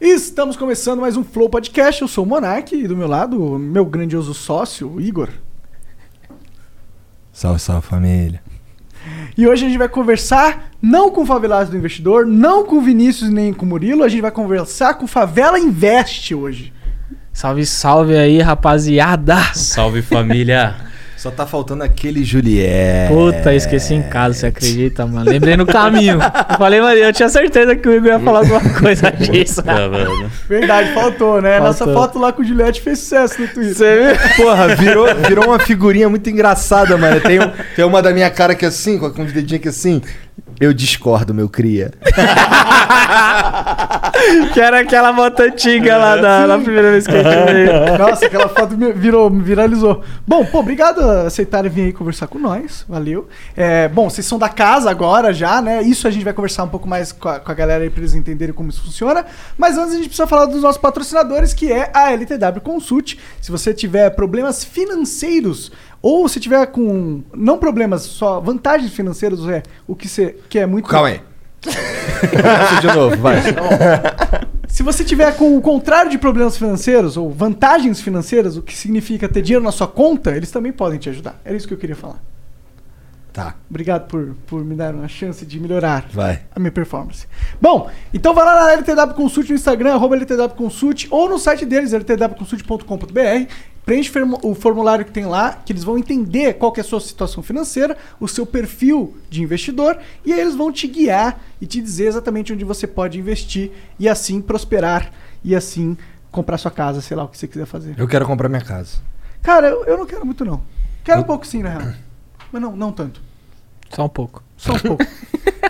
Estamos começando mais um Flow Podcast. Eu sou o Monark e do meu lado, o meu grandioso sócio, o Igor. Salve, salve família. E hoje a gente vai conversar não com o Favelados do Investidor, não com o Vinícius nem com o Murilo, a gente vai conversar com o Favela Invest hoje. Salve, salve aí, rapaziada. Salve família. Só tá faltando aquele Juliette. Puta, esqueci em casa, você acredita, mano? Lembrei no caminho. Eu falei, mano, eu tinha certeza que o Igor ia falar alguma coisa disso. Puta, velho. Verdade, faltou, né? Nossa Faltou. foto lá com o Juliette fez sucesso no Twitter. Você viu? Porra, virou, virou uma figurinha muito engraçada, mano. Tem, um- tem uma da minha cara que é assim, com com os dedinhos que é assim. Eu discordo, meu cria. Que era aquela moto antiga lá da, da primeira vez que eu te veio. Nossa, aquela foto me- virou, viralizou. Bom, pô, obrigado a aceitarem vir aí conversar com nós. Valeu. É, bom, vocês são da casa agora já, né? Isso a gente vai conversar um pouco mais com a, com a galera aí pra eles entenderem como isso funciona. Mas antes a gente precisa falar dos nossos patrocinadores, que é a LTW Consult. Se você tiver problemas financeiros ou se tiver com. Não problemas, só vantagens financeiras, é o que você que é muito. Calma aí. Começa de novo, vai. Se você tiver com o contrário de problemas financeiros ou vantagens financeiras, o que significa ter dinheiro na sua conta, eles também podem te ajudar. Era isso que eu queria falar. Tá, Obrigado por, por me dar uma chance de melhorar vai. a minha performance. Bom, então vai lá na LTW Consult no Instagram, arroba LTW Consult, ou no site deles, ltwconsult.com.br. Preenche fermo- o formulário que tem lá, que eles vão entender qual que é a sua situação financeira, o seu perfil de investidor, e aí eles vão te guiar e te dizer exatamente onde você pode investir e assim prosperar e assim comprar sua casa, sei lá o que você quiser fazer. Eu quero comprar minha casa. Cara, eu, eu não quero muito não. Quero Eu- um pouco sim, na real. Mas não, não tanto. Só um pouco. Só um pouco.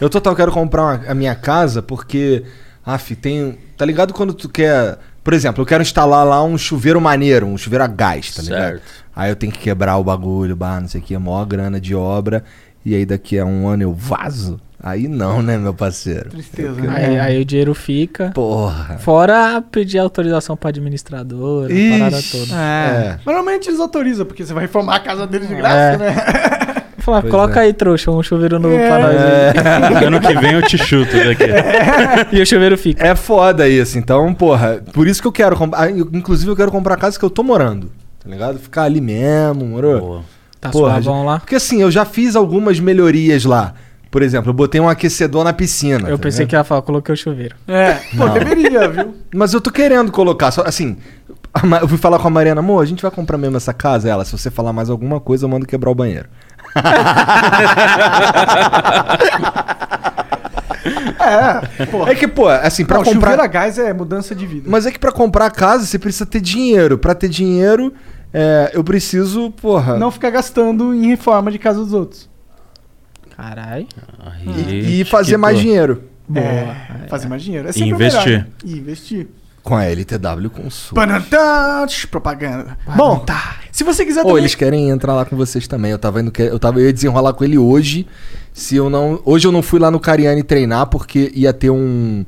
Eu total quero comprar uma- a minha casa porque, af, tem. Tá ligado quando tu quer. Por exemplo, eu quero instalar lá um chuveiro maneiro, um chuveiro a gás, tá ligado? Certo. Aí eu tenho que quebrar o bagulho, bah, não sei o que, maior grana de obra. E aí daqui a um ano eu vazo. Aí não, né, meu parceiro? Tristeza, Eu- né? Aí, aí o dinheiro fica. Porra. Fora pedir autorização pra administradora, a parada Ixi. toda. É. É. Normalmente eles autorizam, porque você vai reformar a casa deles de graça, É. né? Falar, Pois coloca é. aí, trouxa, um chuveiro novo pra É. nós. aí. Ano que vem eu te chuto daqui. E o chuveiro fica. É foda isso, então, porra. Por isso que eu quero comprar. ah, eu- Inclusive, eu quero comprar a casa que eu tô morando. Tá ligado? Ficar ali mesmo, moro? Boa. Tá Porra, suavão lá. Porque assim, eu já fiz algumas melhorias lá. Por exemplo, eu botei um aquecedor na piscina. Eu tá pensei ligado? que ia falar, coloquei o chuveiro. É, pô, deveria, viu? Mas eu tô querendo colocar, só assim. a Ma- Eu fui falar com a Mariana, amor, a gente vai comprar mesmo essa casa? Ela, se você falar mais alguma coisa, eu mando quebrar o banheiro. É, pô. É que, pô, assim, pra Não, comprar. chuveiro a gás é mudança de vida. Mas é que pra comprar a casa, você precisa ter dinheiro. Pra ter dinheiro, é, eu preciso, porra. Não ficar gastando em reforma de casa dos outros. Caralho. e, e fazer mais dinheiro. Boa. É, fazer mais dinheiro. É E sempre o investir. melhor, né? E investir. Com a LTW Consult. Panantã, tch, propaganda. Bom, tá. Se você quiser Ou eles querem entrar lá com vocês também. Eu tava indo, que- eu tava eu ia desenrolar com ele hoje. Se eu não, hoje eu não fui lá no Cariani treinar porque ia ter um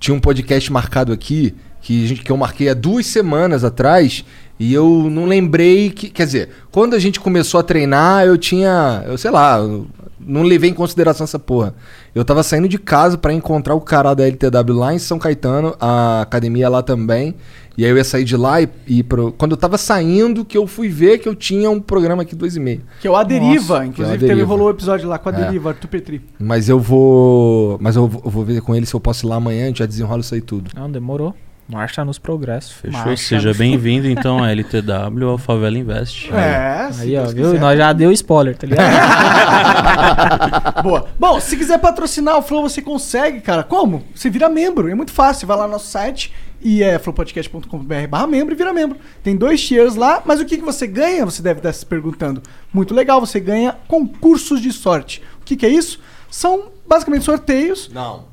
tinha um podcast marcado aqui que, a gente- que eu marquei há duas semanas atrás e eu não lembrei que, quer dizer, quando a gente começou a treinar, eu tinha, eu sei lá, eu não levei em consideração essa porra. Eu tava saindo de casa pra encontrar o cara da LTW lá em São Caetano, a academia é lá também. E aí eu ia sair de lá e, e pro- quando eu tava saindo, que eu fui ver que eu tinha um programa aqui duas e meia. Que é o A Deriva. Nossa, que é o A Inclusive, Deriva. teve, rolou o episódio lá com a É. Deriva, Arthur Petri. Mas eu vou. Mas eu vou, eu vou ver com ele se eu posso ir lá amanhã, a gente já desenrola isso aí tudo. Não, demorou. Marcha nos progressos. Fechou? Marcha. Seja bem-vindo, então, a LTW ao Favela Invest. É, se Aí, ó, Deus viu? quiser. Nós já deu spoiler, tá ligado? Boa. Bom, se quiser patrocinar o Flow, você consegue, cara. Como? Você vira membro. É muito fácil. Vai lá no nosso site e é flowpodcast.com.br barra membro e vira membro. Tem dois tiers lá, mas o que, que você ganha? Você deve estar se perguntando. Muito legal, você ganha concursos de sorte. O que, que é isso? São basicamente sorteios. Não.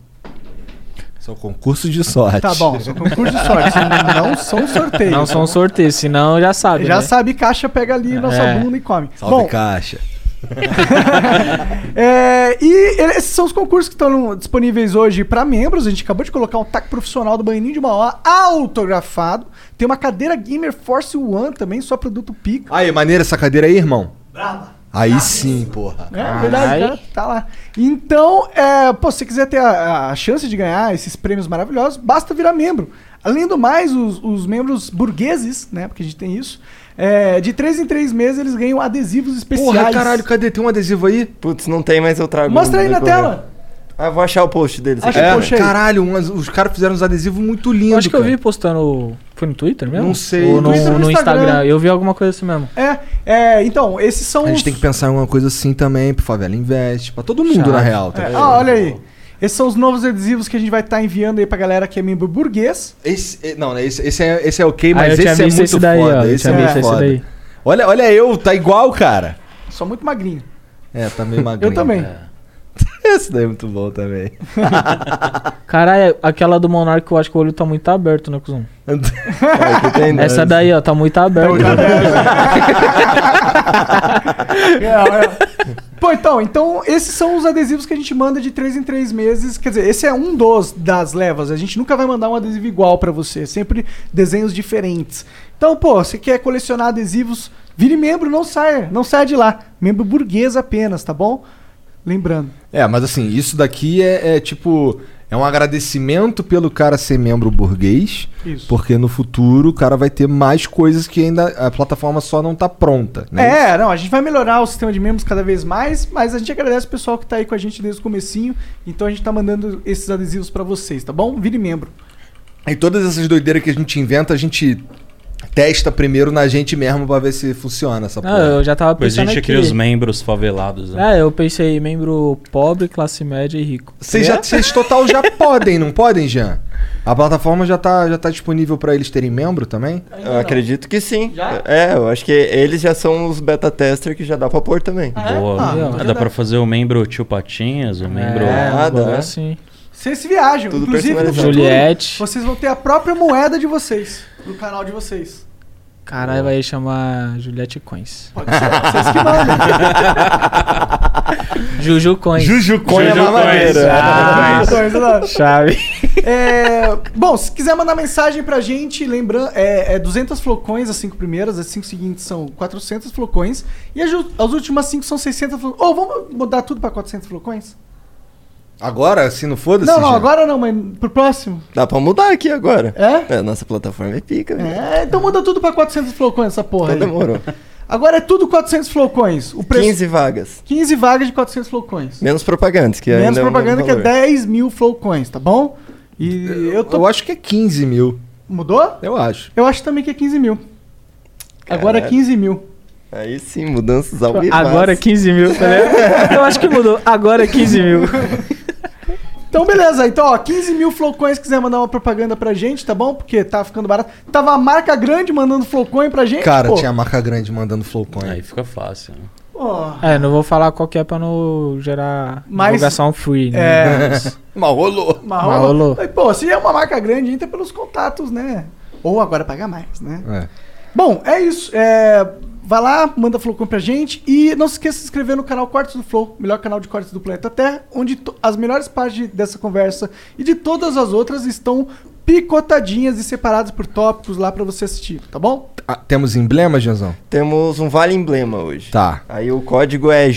São concursos de sorte. Tá bom, são concurso de sorte. Não são sorteios. Não são sorteios, senão já sabe. Já né? sabe, caixa pega ali na sua É. bunda e come. Salve bom, caixa. É, e esses são os concursos que estão disponíveis hoje para membros. A gente acabou de colocar um taco profissional do banhinho de Mauá autografado. Tem uma cadeira Gamer Force One também, só produto pico. Aí, maneira essa cadeira aí, irmão? Aí sim, porra. É verdade, Ai. né? tá lá. Então, é, pô, se você quiser ter a, a chance de ganhar esses prêmios maravilhosos, basta virar membro. Além do mais, os, os membros burgueses, né? Porque a gente tem isso. é, de três em três meses eles ganham adesivos especiais. Porra, caralho, né, cadê? Tem um adesivo aí? Putz, não tem, mas eu trago. Mostra no aí na decorrer. tela. Ah, vou achar o post deles. Acha aqui. o É, post aí. caralho, umas- os caras fizeram uns adesivos muito lindos. Eu acho que eu cara. vi postando. Foi no Twitter mesmo? é. Não sei. Ou no, Twitter ou no no Instagram. Instagram. Eu vi alguma coisa assim mesmo. É, é, então, esses são A os- gente tem que pensar em uma coisa assim também, pro Favela Investe, pra todo mundo, Chave. na real. Tá É, ligado? ah, olha aí. Esses são os novos adesivos que a gente vai estar enviando aí pra galera que é membro burguês. Esse, eh, não, né, esse, esse é, esse é ok, Ah, eu mas tinha esse é visto muito esse daí, foda. ó, eu esse é tinha muito visto esse foda. daí. Olha, olha eu, tá igual, cara. Sou muito magrinho. É, tá meio magrinho. Eu também. Esse daí é muito bom também. Caralho, é aquela do Monark eu acho que o olho tá muito aberto, né, cuzão? Ah, aqui né? tem Essa daí, ó, tá muito aberto. Pô, então, então, esses são os adesivos que a gente manda de 3 em 3 meses. Quer dizer, esse é um dos das levas. A gente nunca vai mandar um adesivo igual pra você. Sempre desenhos diferentes. Então, pô, você quer colecionar adesivos, vire membro, não saia. Não saia de lá. Membro burguês apenas, tá bom? Lembrando. É, mas assim, isso daqui é, é tipo. É um agradecimento pelo cara ser membro burguês, Isso. porque no futuro o cara vai ter mais coisas que ainda a plataforma só não tá pronta. Né? É, não, a gente vai melhorar o sistema de membros cada vez mais, mas a gente agradece o pessoal que tá aí com a gente desde o comecinho, então a gente tá mandando esses adesivos pra vocês, tá bom? Vire membro. E todas essas doideiras que a gente inventa, a gente testa primeiro na gente mesmo pra ver se funciona essa Ah, eu já tava Depois a pensando gente aqui. cria os membros favelados, né? É, eu pensei membro pobre, classe média e rico. Vocês É? já- vocês total já podem, não podem, Jean? A plataforma já tá, já tá disponível pra eles terem membro também? É, Eu acredito que sim. É, eu acho que eles já são os beta tester que já dá pra pôr também. Boa. Ah, Ah, então dá dá. pra fazer o membro Tio Patinhas, o membro. é, um nada, bagulho né? assim. Vocês se viajam, Tudo inclusive no personalizado. futuro, Juliette. vocês vão ter a própria moeda de vocês, do canal de vocês. Caralho, vai chamar Juliette Coins. Pode ser, vocês que mandam. Juju Coins. Jujuconha Ah. Então, isso lá. Chave. É, bom, se quiser mandar mensagem pra gente, lembrando, é, é 200 flocões as cinco primeiras, as cinco seguintes são 400 flocões e as, ju- as últimas cinco são 600 flocões. Ou vamos mudar tudo pra 400 flocões? Agora, se não foda-se. não, não, Jean? agora não, mas pro próximo. Dá pra mudar aqui agora. É? É, nossa plataforma é pica, velho. É, então muda tudo pra 400 flocões essa porra Então aí. demorou. Agora é tudo 400 flocões. O preço 15, 15 vagas. vagas de 400 flocões. Menos propagandas, que Menos ainda propaganda é o que é mesmo valor. 10 mil flocões, tá bom? E eu tô... Eu acho que é 15 mil. Mudou? Eu acho. Eu acho também que é 15 mil. Agora é Caralho. 15 mil. Aí sim, mudanças ao vivo. Agora 15 mil, tá ligado? Eu acho que mudou. Agora 15 mil. Então, beleza. Então, ó, 15 mil flocões quiser mandar uma propaganda pra gente, tá bom? Porque tá ficando barato. Tava a marca grande mandando flocões pra gente, Cara, É, pô. tinha a marca grande mandando flowcoin. Aí fica fácil. né? Ó, É, não vou falar qual que é pra não gerar Mas- divulgação free, né? é... Mas rolou. mas Mas rolou. rolou. Mas, Pô, se é uma marca grande, entra pelos contatos, né? Ou agora paga mais, né? É. Bom, é isso. É, vai lá, manda Flowcom pra gente. E não se esqueça de se inscrever no canal Cortes do Flow, melhor canal de cortes do planeta Terra, onde to- as melhores partes de- dessa conversa e de todas as outras estão picotadinhas e separadas por tópicos lá pra você assistir, tá bom? Ah, temos emblema, Janzão? Temos um vale emblema hoje. Tá. Aí o código é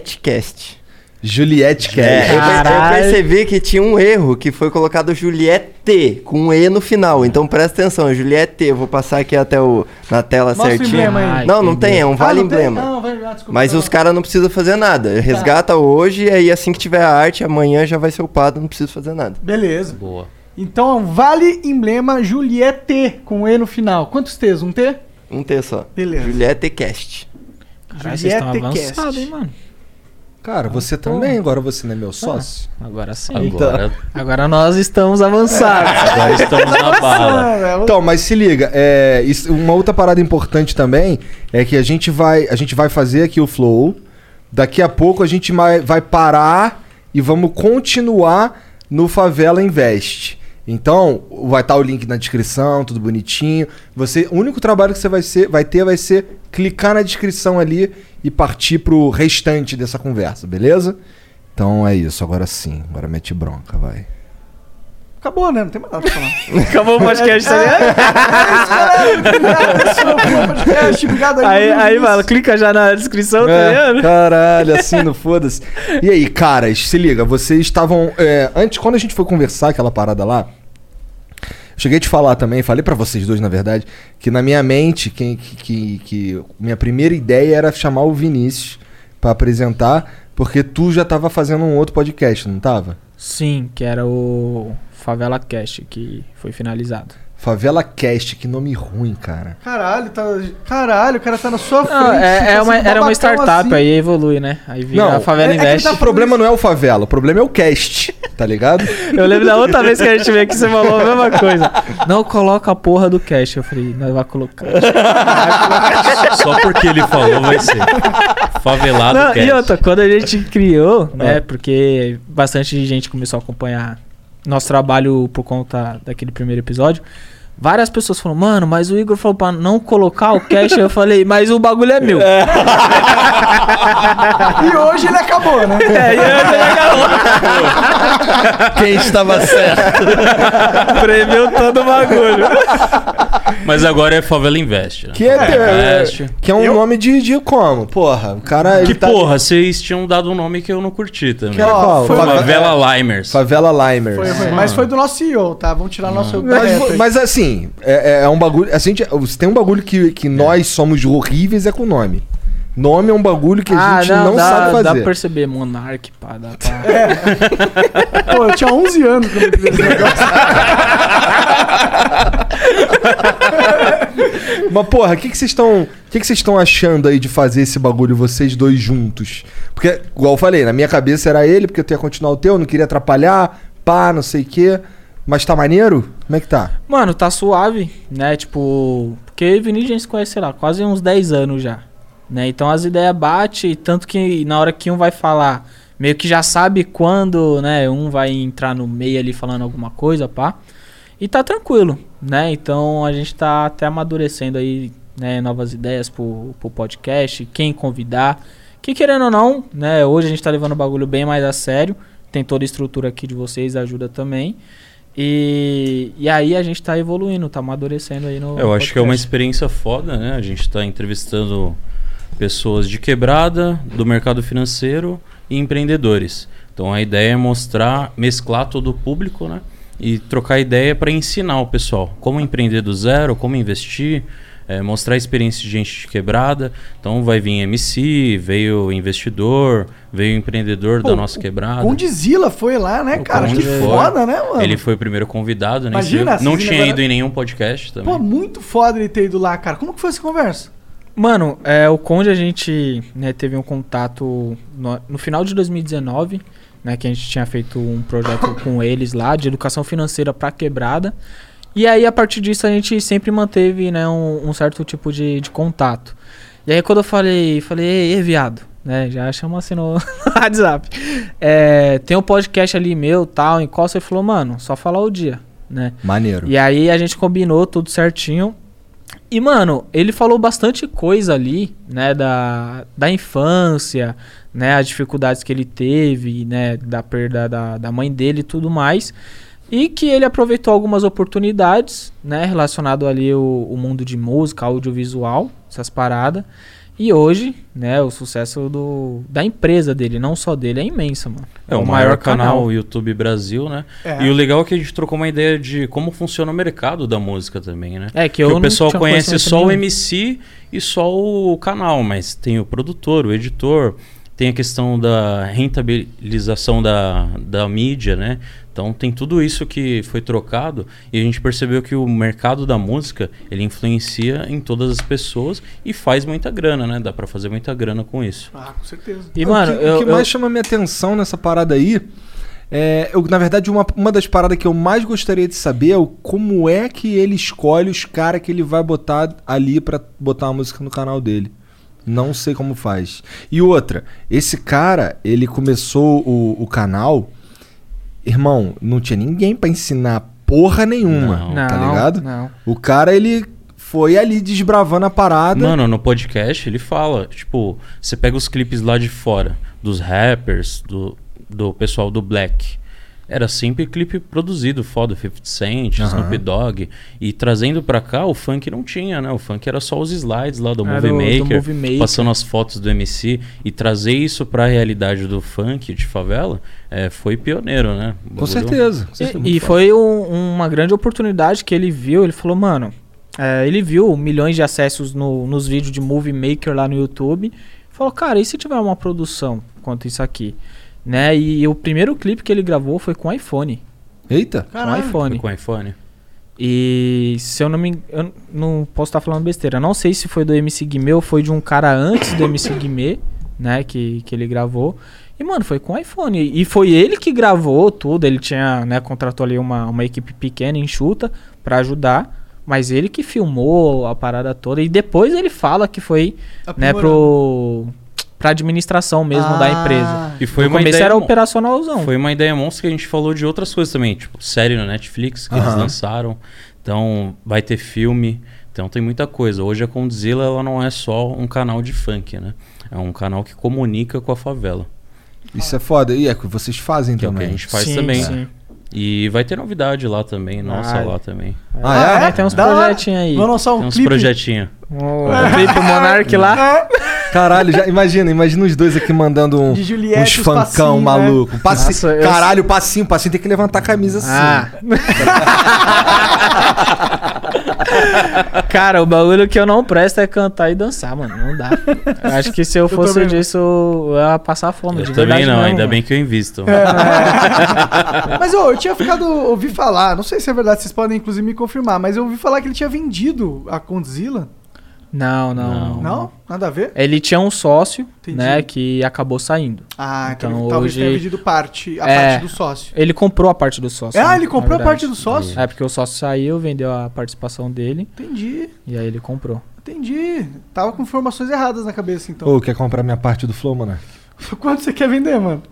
JulietteCast. Juliette É, Cash. eu per- Caralho. eu percebi que tinha um erro que foi colocado Juliette com um E no final. Então presta atenção, Juliette. Eu vou passar aqui até o, na tela Mostra o certinho. emblema aí. Não, não tem, é um vale Ah, não tem? emblema. Não, vai, lá, desculpa. Mas Tá os bom. caras não precisam fazer Tá. nada. Resgata hoje e aí assim que tiver a arte, amanhã já vai ser upado, não precisa fazer nada. Beleza. Boa. Então, vale emblema Juliette com E no final. Quantos T's? Um T? Um T só. Beleza. Juliette Cast. Caralho, vocês estão Juliette avançados, Cast. hein, mano? Cara, você também? Agora você não é Ah. meu sócio? Agora sim. Agora, Agora nós estamos avançados. agora estamos na bala. Ah, velho. Então, mas se liga, é, isso- uma outra parada importante também é que a gente vai, a gente vai fazer aqui o flow. Daqui a pouco a gente vai, vai parar e vamos continuar no Favela Invest. Então, vai estar o link na descrição, tudo bonitinho. Você, o único trabalho que você vai, ser, vai ter vai ser clicar na descrição ali e partir pro restante dessa conversa, beleza? Então é isso, agora sim. Agora mete bronca, vai. Acabou, né? Não tem mais nada pra falar. Acabou o podcast tá aí. Podcast, obrigado Aí, Luiz. aí mano, clica já na descrição, tá É, ligado? caralho, assim não foda-se. E aí, caras, se liga, vocês estavam. é, antes, quando a gente foi conversar aquela parada lá, cheguei a te falar também, falei pra vocês dois, na verdade, que na minha mente, quem- que, que, que minha primeira ideia era chamar o Vinícius pra apresentar, porque tu já tava fazendo um outro podcast, não tava? Sim, que era o Favela Cast que foi finalizado. Favela Cast, que nome ruim, cara. Caralho, tá... Caralho, o cara tá na sua frente. Não, tá é, é sendo uma, era uma babacão startup, assim. aí evolui, né? Aí vira Não, a Favela é- é que Invest. tá O problema não é o Favela, o problema é o cast, tá ligado? Eu lembro da outra vez que a gente veio aqui, você falou a mesma coisa. Não coloca a porra do cash. Eu falei, nós vai colocar. Só porque ele falou vai ser. Favelado Não, cast. e outra, quando a gente criou, Ah. né? Porque bastante gente começou a acompanhar nosso trabalho por conta daquele primeiro episódio. Várias pessoas falaram, mano, mas o Igor falou pra não colocar o cash. eu falei, mas o bagulho é meu. É, E hoje ele acabou, né? É, e eu Quem estava certo? preveu todo o bagulho. Mas agora é Favela Invest. Né? Que é, Favela é, Invest. que é um nome de, de como? Porra, o cara. Que ele tá- porra, vocês tinham dado um nome que eu não curti também. Que é qual? Foi Fave- Favela Limers. Favela Limers. Foi, foi. Ah. Mas foi do nosso CEO, tá? Vamos tirar nosso... Mas, Mas, mas assim, é, é- é um bagulho. Assim, se tem um bagulho que, que nós somos horríveis é com nome. Nome é um bagulho que a gente não, Ah, dá, sabe Dá pra fazer. perceber, Monark, pá, dá pra... Pô, eu tinha 11 anos quando eu fiz esse negócio. Mas, porra, o que que vocês estão. O que que vocês estão achando aí de fazer esse bagulho, vocês dois juntos? Porque, igual eu falei, na minha cabeça era ele, porque eu ia continuar o teu, não queria atrapalhar, pá, não sei o quê. Mas tá maneiro? Como é que tá? Mano, tá suave, né? Tipo, porque eu e o Vinícius a gente se conhece, sei lá, quase uns 10 anos já. Né? Então as ideias batem, tanto que na hora que um vai falar, meio que já sabe quando, né? Um vai entrar no meio ali falando alguma coisa, pá. E tá tranquilo, né? Então a gente tá até amadurecendo aí, né? Novas ideias pro, pro podcast, quem convidar. Que querendo ou não, né? Hoje a gente tá levando o bagulho bem mais a sério. Tem toda a estrutura aqui de vocês, ajuda também. E, e aí a gente tá evoluindo, tá amadurecendo aí no. Eu acho que é uma podcast. experiência foda, né? A gente tá entrevistando pessoas de quebrada, do mercado financeiro e empreendedores. Então a ideia é mostrar, mesclar todo o público, né? E trocar ideia para ensinar o pessoal como empreender do zero, como investir, eh, mostrar a experiência de gente de quebrada. Então vai vir MC, veio investidor, veio empreendedor Pô, da nossa quebrada. Condizila foi lá, né, O cara? Que Condzilla. foda, né, mano? Ele foi o primeiro convidado, né? Imagina, Não vocês tinha ainda- ido em nenhum podcast também. Pô, muito foda ele ter ido lá, cara. Como que foi essa conversa? Mano, é, o Conde a gente né, teve um contato no, no final de 2019, né, que a gente tinha feito um projeto com eles lá de educação financeira pra quebrada. E aí, a partir disso, a gente sempre manteve né, um, um certo tipo de, de contato. E aí, quando eu falei, falei, ei, ei, viado, né, já chama assim no WhatsApp. É, tem um podcast ali meu, tal, em qual você falou, mano, só falar o dia, né? Maneiro. E aí a gente combinou tudo certinho. E, mano, ele falou bastante coisa ali, né, da, da infância, né, as dificuldades que ele teve, né, da perda da, da mãe dele e tudo mais. E que ele aproveitou algumas oportunidades, né, relacionado ali o, o mundo de música, audiovisual, essas paradas. E hoje, né, o sucesso do, da empresa dele, não só dele, é imenso, mano. É o maior canal YouTube Brasil, né? É. E o legal é que a gente trocou uma ideia de como funciona o mercado da música também, né? É, que, Que eu o não pessoal tinha conhece conhecimento só o nenhum. MC e só o canal, mas tem o produtor, o editor, tem a questão da rentabilização da, da mídia, né? Então tem tudo isso que foi trocado e a gente percebeu que o mercado da música ele influencia em todas as pessoas e faz muita grana, né? Dá pra fazer muita grana com isso. Ah, com certeza. E, O mano, que- o que, eu, eu- mais chama minha atenção nessa parada aí é, eu, na verdade, uma, uma das paradas que eu mais gostaria de saber é o, como é que ele escolhe os caras que ele vai botar ali pra botar a música no canal dele. Não sei como faz. E outra, esse cara, ele começou o, o canal. Irmão, não tinha ninguém pra ensinar porra nenhuma, Não. tá ligado? Não. O cara, ele foi ali desbravando a parada. Mano, no podcast ele fala, tipo, você pega os clipes lá de fora, dos rappers, do, do pessoal do Black. Era sempre clipe produzido, foda, 50 Cent, Aham. Snoop Dogg. E trazendo pra cá, o funk não tinha, né? O funk era só os slides lá do Era Movie o- do Maker, Movie Maker. passando as fotos do MC. E trazer isso pra realidade do funk de favela é, foi pioneiro, né? O com bagulho- certeza. com certeza, E, muito e foda. foi um- uma grande oportunidade que ele viu. Ele falou, mano, é, ele viu milhões de acessos no- nos vídeos de Movie Maker lá no YouTube. Falou, cara, e se tiver uma produção quanto isso aqui? Né? E, o primeiro clipe que ele gravou foi com iPhone. Eita. Caralho. Com Foi iPhone. com iPhone. E se eu não me. Eu não posso estar falando besteira. Não sei se foi do MC Guimê ou foi de um cara antes do MC Guimê, né? Que, que ele gravou. E, mano, foi com iPhone. E foi ele que gravou tudo. Ele tinha, né? Contratou ali uma, uma equipe pequena, enxuta, pra ajudar. Mas ele que filmou a parada toda. E depois ele fala que foi, né? Pro. Pra administração mesmo da Ah. empresa. E foi no uma começo ideia era mo- operacionalzão. Foi uma ideia monstra que a gente falou de outras coisas também, tipo série na Netflix que eles Aham. lançaram. Então vai ter filme. Então tem muita coisa. Hoje a Condzilla ela não é só um canal de funk, né? É um canal que comunica com a favela, Isso é foda. E é o que vocês fazem que é o que a também. gente faz Sim, também. sim. E vai ter novidade lá também, nossa Ai. lá também. Ah, É, tem uns Da hora. é. projetinhos aí. Vamos lançar Tem um uns clipe. projetinhos. O clipe Monark lá. Caralho, já imagina, imagina os dois aqui mandando um, De Juliette, uns os fancão passinhos, né? maluco. Um passi- Nossa, eu- Ah. Caralho, passinho, passinho tem que levantar a camisa assim. Cara, o bagulho que eu não presto é cantar e dançar, mano. Não dá. Eu acho que se eu fosse também não. disso, eu ia passar fome. Eu de também verdade não, mesmo, ainda mano. É, bem que eu invisto. Mas ô, eu tinha ficado. Ouvi falar, não sei se é verdade, vocês podem inclusive me confirmar, mas eu ouvi falar que ele tinha vendido a Condzilla. Não, não, não. Não? Nada a ver? Ele tinha um sócio, Entendi. né, que acabou saindo. Ah, então, Então, ele talvez hoje- tenha vendido parte, a É. parte do sócio. Ele comprou a parte do sócio. ah, né, ele na comprou a verdade. parte do sócio? É, porque o sócio saiu, vendeu a participação dele Entendi, e aí ele comprou. entendi. Tava com informações erradas na cabeça, então. Ô, quer comprar minha parte do Flow, mano? Quanto você quer vender, mano?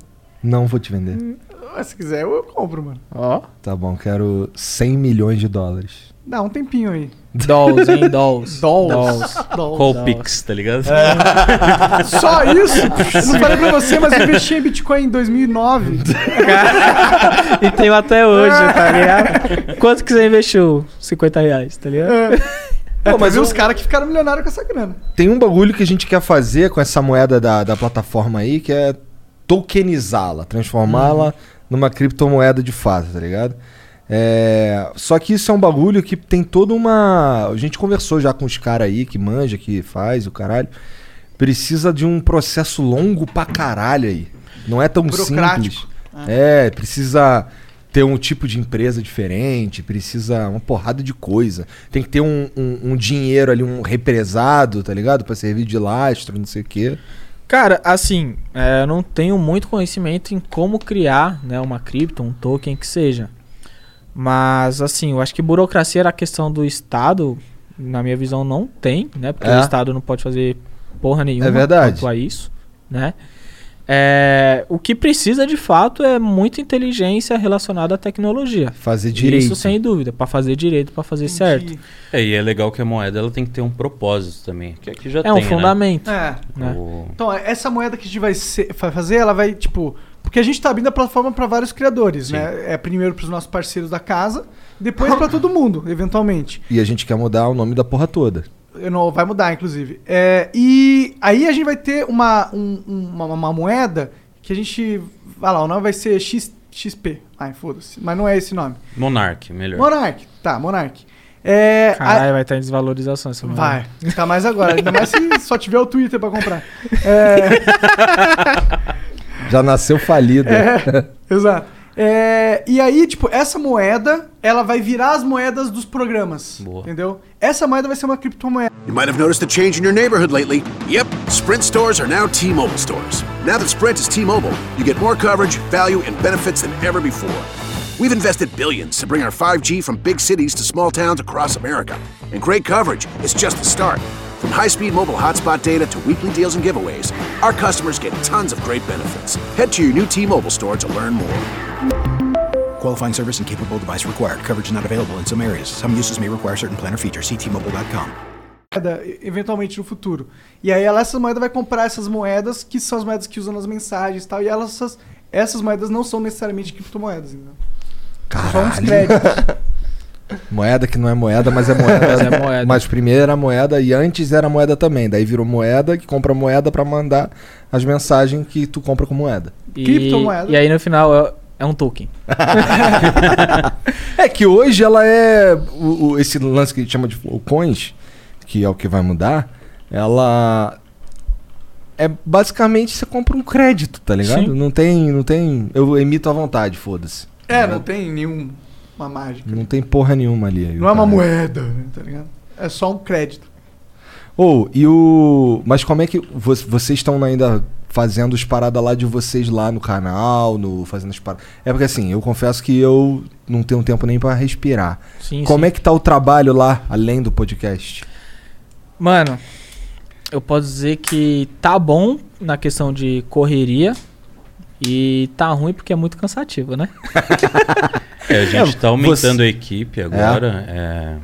Não vou te vender. Ah, Se quiser, eu compro, mano. Ó. Tá bom, quero 100 milhões de dólares. Dá um tempinho aí. Dolls, hein? Dolls. Dolls. Dolls. Qual o Pix, tá ligado? É. Só isso? Eu não falei pra você, mas eu investi em Bitcoin em 2009. E tenho até hoje, tá ligado? Quanto que você investiu? 50 reais, tá ligado? Pô, mas mas eu- os caras que ficaram milionários com essa grana. Tem um bagulho que a gente quer fazer com essa moeda da, da plataforma aí, que é tokenizá-la, transformá-la numa criptomoeda de fato, tá ligado? É, Só que isso é um bagulho que tem toda uma. A gente conversou já com os caras aí que manja, que faz o caralho. Precisa de um processo longo pra caralho aí. Não é tão Burocrático. simples. É, precisa ter um tipo de empresa diferente, precisa uma porrada de coisa. Tem que ter um, um- um dinheiro ali, um represado, tá ligado? Pra servir de lastro, não sei o quê. Cara, assim, é, eu não tenho muito conhecimento em como criar né, uma cripto, um token que seja. Mas, assim, eu acho que burocracia era a questão do Estado, na minha visão, não tem, né? Porque É. o Estado não pode fazer porra nenhuma É verdade. quanto a isso, né? É, o que precisa de fato é muita inteligência relacionada à tecnologia. Fazer direito. Isso sem dúvida, pra fazer direito, pra fazer certo. Entendi. É, e é legal que a moeda ela tem que ter um propósito também. Que aqui já É tem, um né? fundamento, É. né? O- Então, essa moeda que a gente vai, ser- vai fazer, ela vai, tipo. Porque a gente tá abrindo a plataforma para vários criadores, Sim. né? É primeiro pros nossos parceiros da casa, depois para todo mundo, eventualmente. E a gente quer mudar o nome da porra toda. Eu não, vai mudar, inclusive. É, e aí a gente vai ter uma, um- uma, uma moeda que a gente. Vai lá, o nome vai ser X, XP. Ai, foda-se. Mas não é esse nome. Monark, melhor. Monarch. Tá, Monarch. É, a- Caralho, vai estar em desvalorização essa moeda. Vai, tá mais agora. Ainda mais se só tiver o Twitter pra comprar. É, Já nasceu falida. é, exato. É, e aí, tipo, essa moeda, ela vai virar as moedas dos programas. Boa. Entendeu? Essa moeda vai ser uma criptomoeda. You might have noticed a change in your neighborhood lately. Yep, Sprint stores are now T Mobile stores. Now that Sprint is T Mobile, you get more coverage, value, and benefits than ever before. We've invested billions to bring our 5G from big cities to small towns across America. And great coverage is just the start. From high speed mobile hotspot data to weekly deals and giveaways, our customers get tons of great benefits. Head to your new T Mobile store to learn more. Qualifying service and capable device required. Coverage not available in some areas. Some uses may require certain planner features. Ctmobile.com. moeda, e- eventualmente no futuro. E aí ela, essa moeda vai comprar essas moedas, que são as moedas que usam nas mensagens e tal, e elas, essas, essas moedas não são necessariamente criptomoedas. Entendeu? São uns Caralho. créditos. Moeda que não é moeda, mas é moeda. Mas é moeda. Mas primeiro era moeda e antes era moeda também. Daí virou moeda que compra moeda pra mandar as mensagens que tu compra com moeda. E, Criptomoeda. E aí no final é, é um token. É que hoje ela é. o- o- esse lance que a gente chama de flowcoins, que é o que vai mudar, ela. É basicamente você compra um crédito, tá ligado? Sim. Não tem. Não tem. Eu emito à vontade, foda-se. é, não tem nenhuma mágica. Não tem porra nenhuma ali. Não é uma moeda, né, tá ligado? É só um crédito. Ou, e o. Mas como é que. vo- Vocês estão ainda fazendo as paradas lá de vocês lá no canal, no. Fazendo as paradas. É porque assim, eu confesso que eu não tenho tempo nem pra respirar. Sim, como sim. é que tá o trabalho lá, além do podcast? Mano, eu posso dizer que tá bom na questão de correria. E tá ruim porque é muito cansativo, né? É, a gente É, está aumentando você- a equipe agora. é,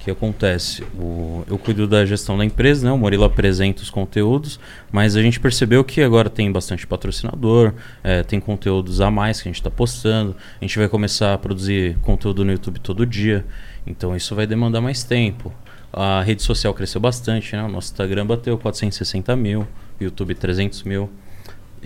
O que acontece? O- eu cuido da gestão da empresa, né? O Murilo apresenta os conteúdos, mas a gente percebeu que agora tem bastante patrocinador, é, tem conteúdos a mais que a gente está postando. A gente vai começar a produzir conteúdo no YouTube todo dia. Então isso vai demandar mais tempo. A rede social cresceu bastante, né? O nosso Instagram bateu 460 mil, YouTube 300 mil.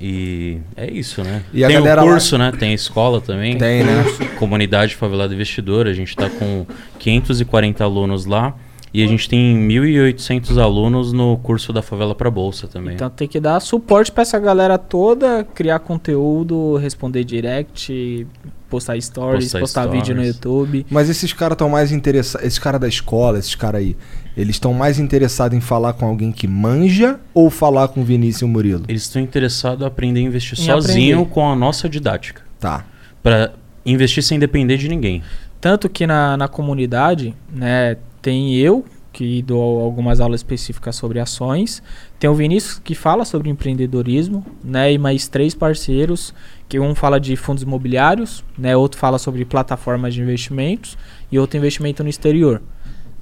E é isso, né? E a tem galera o lá- curso, né? Tem a escola também. Tem, né? Comunidade Favelada Investidora. A gente está com 540 alunos lá. E a gente tem 1.800 alunos no curso da Favela para Bolsa também. Então tem que dar suporte pra essa galera toda, criar conteúdo, responder direct, postar stories, Postar postar vídeo no stories. YouTube. Mas esses caras estão mais interessados. Esses caras da escola, esses caras aí, eles estão mais interessados em falar com alguém que manja ou falar com o Vinícius e o Murilo? Eles estão interessados a aprender a investir Em sozinho aprender. com a nossa didática. Tá. Para investir sem depender de ninguém. Tanto que na, na comunidade, né, tem eu, que dou algumas aulas específicas sobre ações, tem o Vinícius, que fala sobre empreendedorismo, né, e mais três parceiros, que um fala de fundos imobiliários, né, outro fala sobre plataformas de investimentos e outro investimento no exterior.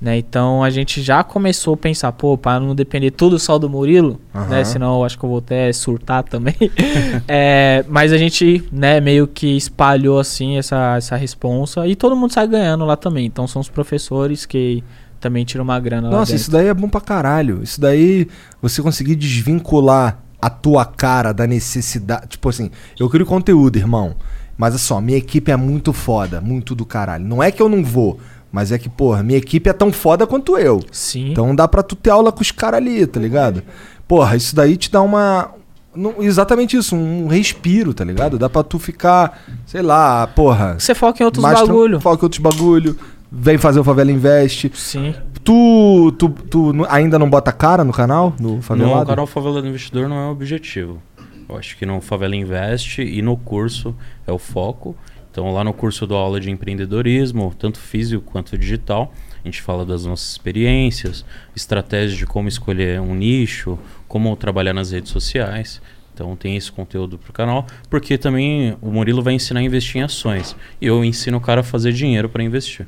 Né, então a gente já começou a pensar, pô, para não depender tudo só do Murilo, né? Aham. Senão eu acho que eu vou até surtar também. É, mas a gente, né, meio que espalhou assim essa, essa responsa e todo mundo sai ganhando lá também. Então são os professores que também tiram uma grana lá. Nossa, dentro. isso daí é bom pra caralho. Isso daí você conseguir desvincular a tua cara da necessidade. Tipo assim, eu crio conteúdo, irmão. Mas é só, minha equipe é muito foda, muito do caralho. Não é que eu não vou, mas é que, porra, minha equipe é tão foda quanto eu. Sim. Então dá pra tu ter aula com os caras ali, tá ligado? Porra, isso daí te dá uma. não- exatamente isso, um respiro, tá ligado? Dá pra tu ficar, sei lá, porra. Você foca em outros mais tran- bagulho. Foca em outros bagulho. Vem fazer o Favela Invest. Sim. Tu, tu, tu nu- ainda não bota cara no canal? No Não, o Favelado? canal Favela do Investidor não é o objetivo. Eu acho que no Favela Investe e no curso é o foco. Então, lá no curso eu dou aula de empreendedorismo, tanto físico quanto digital. A gente fala das nossas experiências, estratégias de como escolher um nicho, como trabalhar nas redes sociais. Então, tem esse conteúdo pro canal, porque também o Murilo vai ensinar a investir em ações. E eu ensino o cara a fazer dinheiro para investir.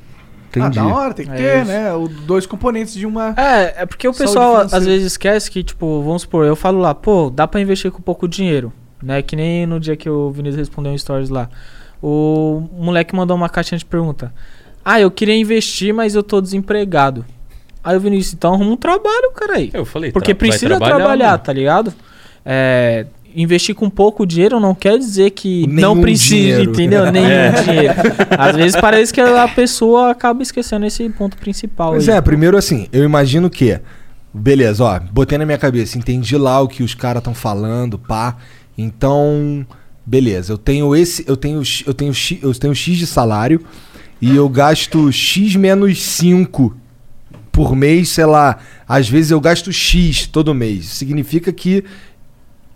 Entendi. Ah, da hora, tem que É ter, isso. né? O- dois componentes de uma. É, é porque o Saúde pessoal financeira. às vezes esquece que, tipo, vamos supor, eu falo lá, pô, dá pra investir com pouco dinheiro, né? Que nem no dia que o Vinícius respondeu um stories lá. O moleque mandou uma caixinha de pergunta. Ah, eu queria investir, mas eu tô desempregado. Aí o Vinícius, então arruma um trabalho, cara aí. Eu falei, Porque tra- vai precisa trabalhar, né? tá ligado? É, investir com pouco dinheiro não quer dizer que Nenhum não precisa, dinheiro. entendeu? Nenhum dinheiro. Às vezes parece que a pessoa acaba esquecendo esse ponto principal. Pois aí. é, primeiro assim, eu imagino que. Beleza, ó, botei na minha cabeça, entendi lá o que os caras estão falando, pá. Então, beleza, eu tenho esse, eu tenho X- eu tenho X, eu tenho X de salário e eu gasto X menos 5 por mês, sei lá, às vezes eu gasto X todo mês. Significa que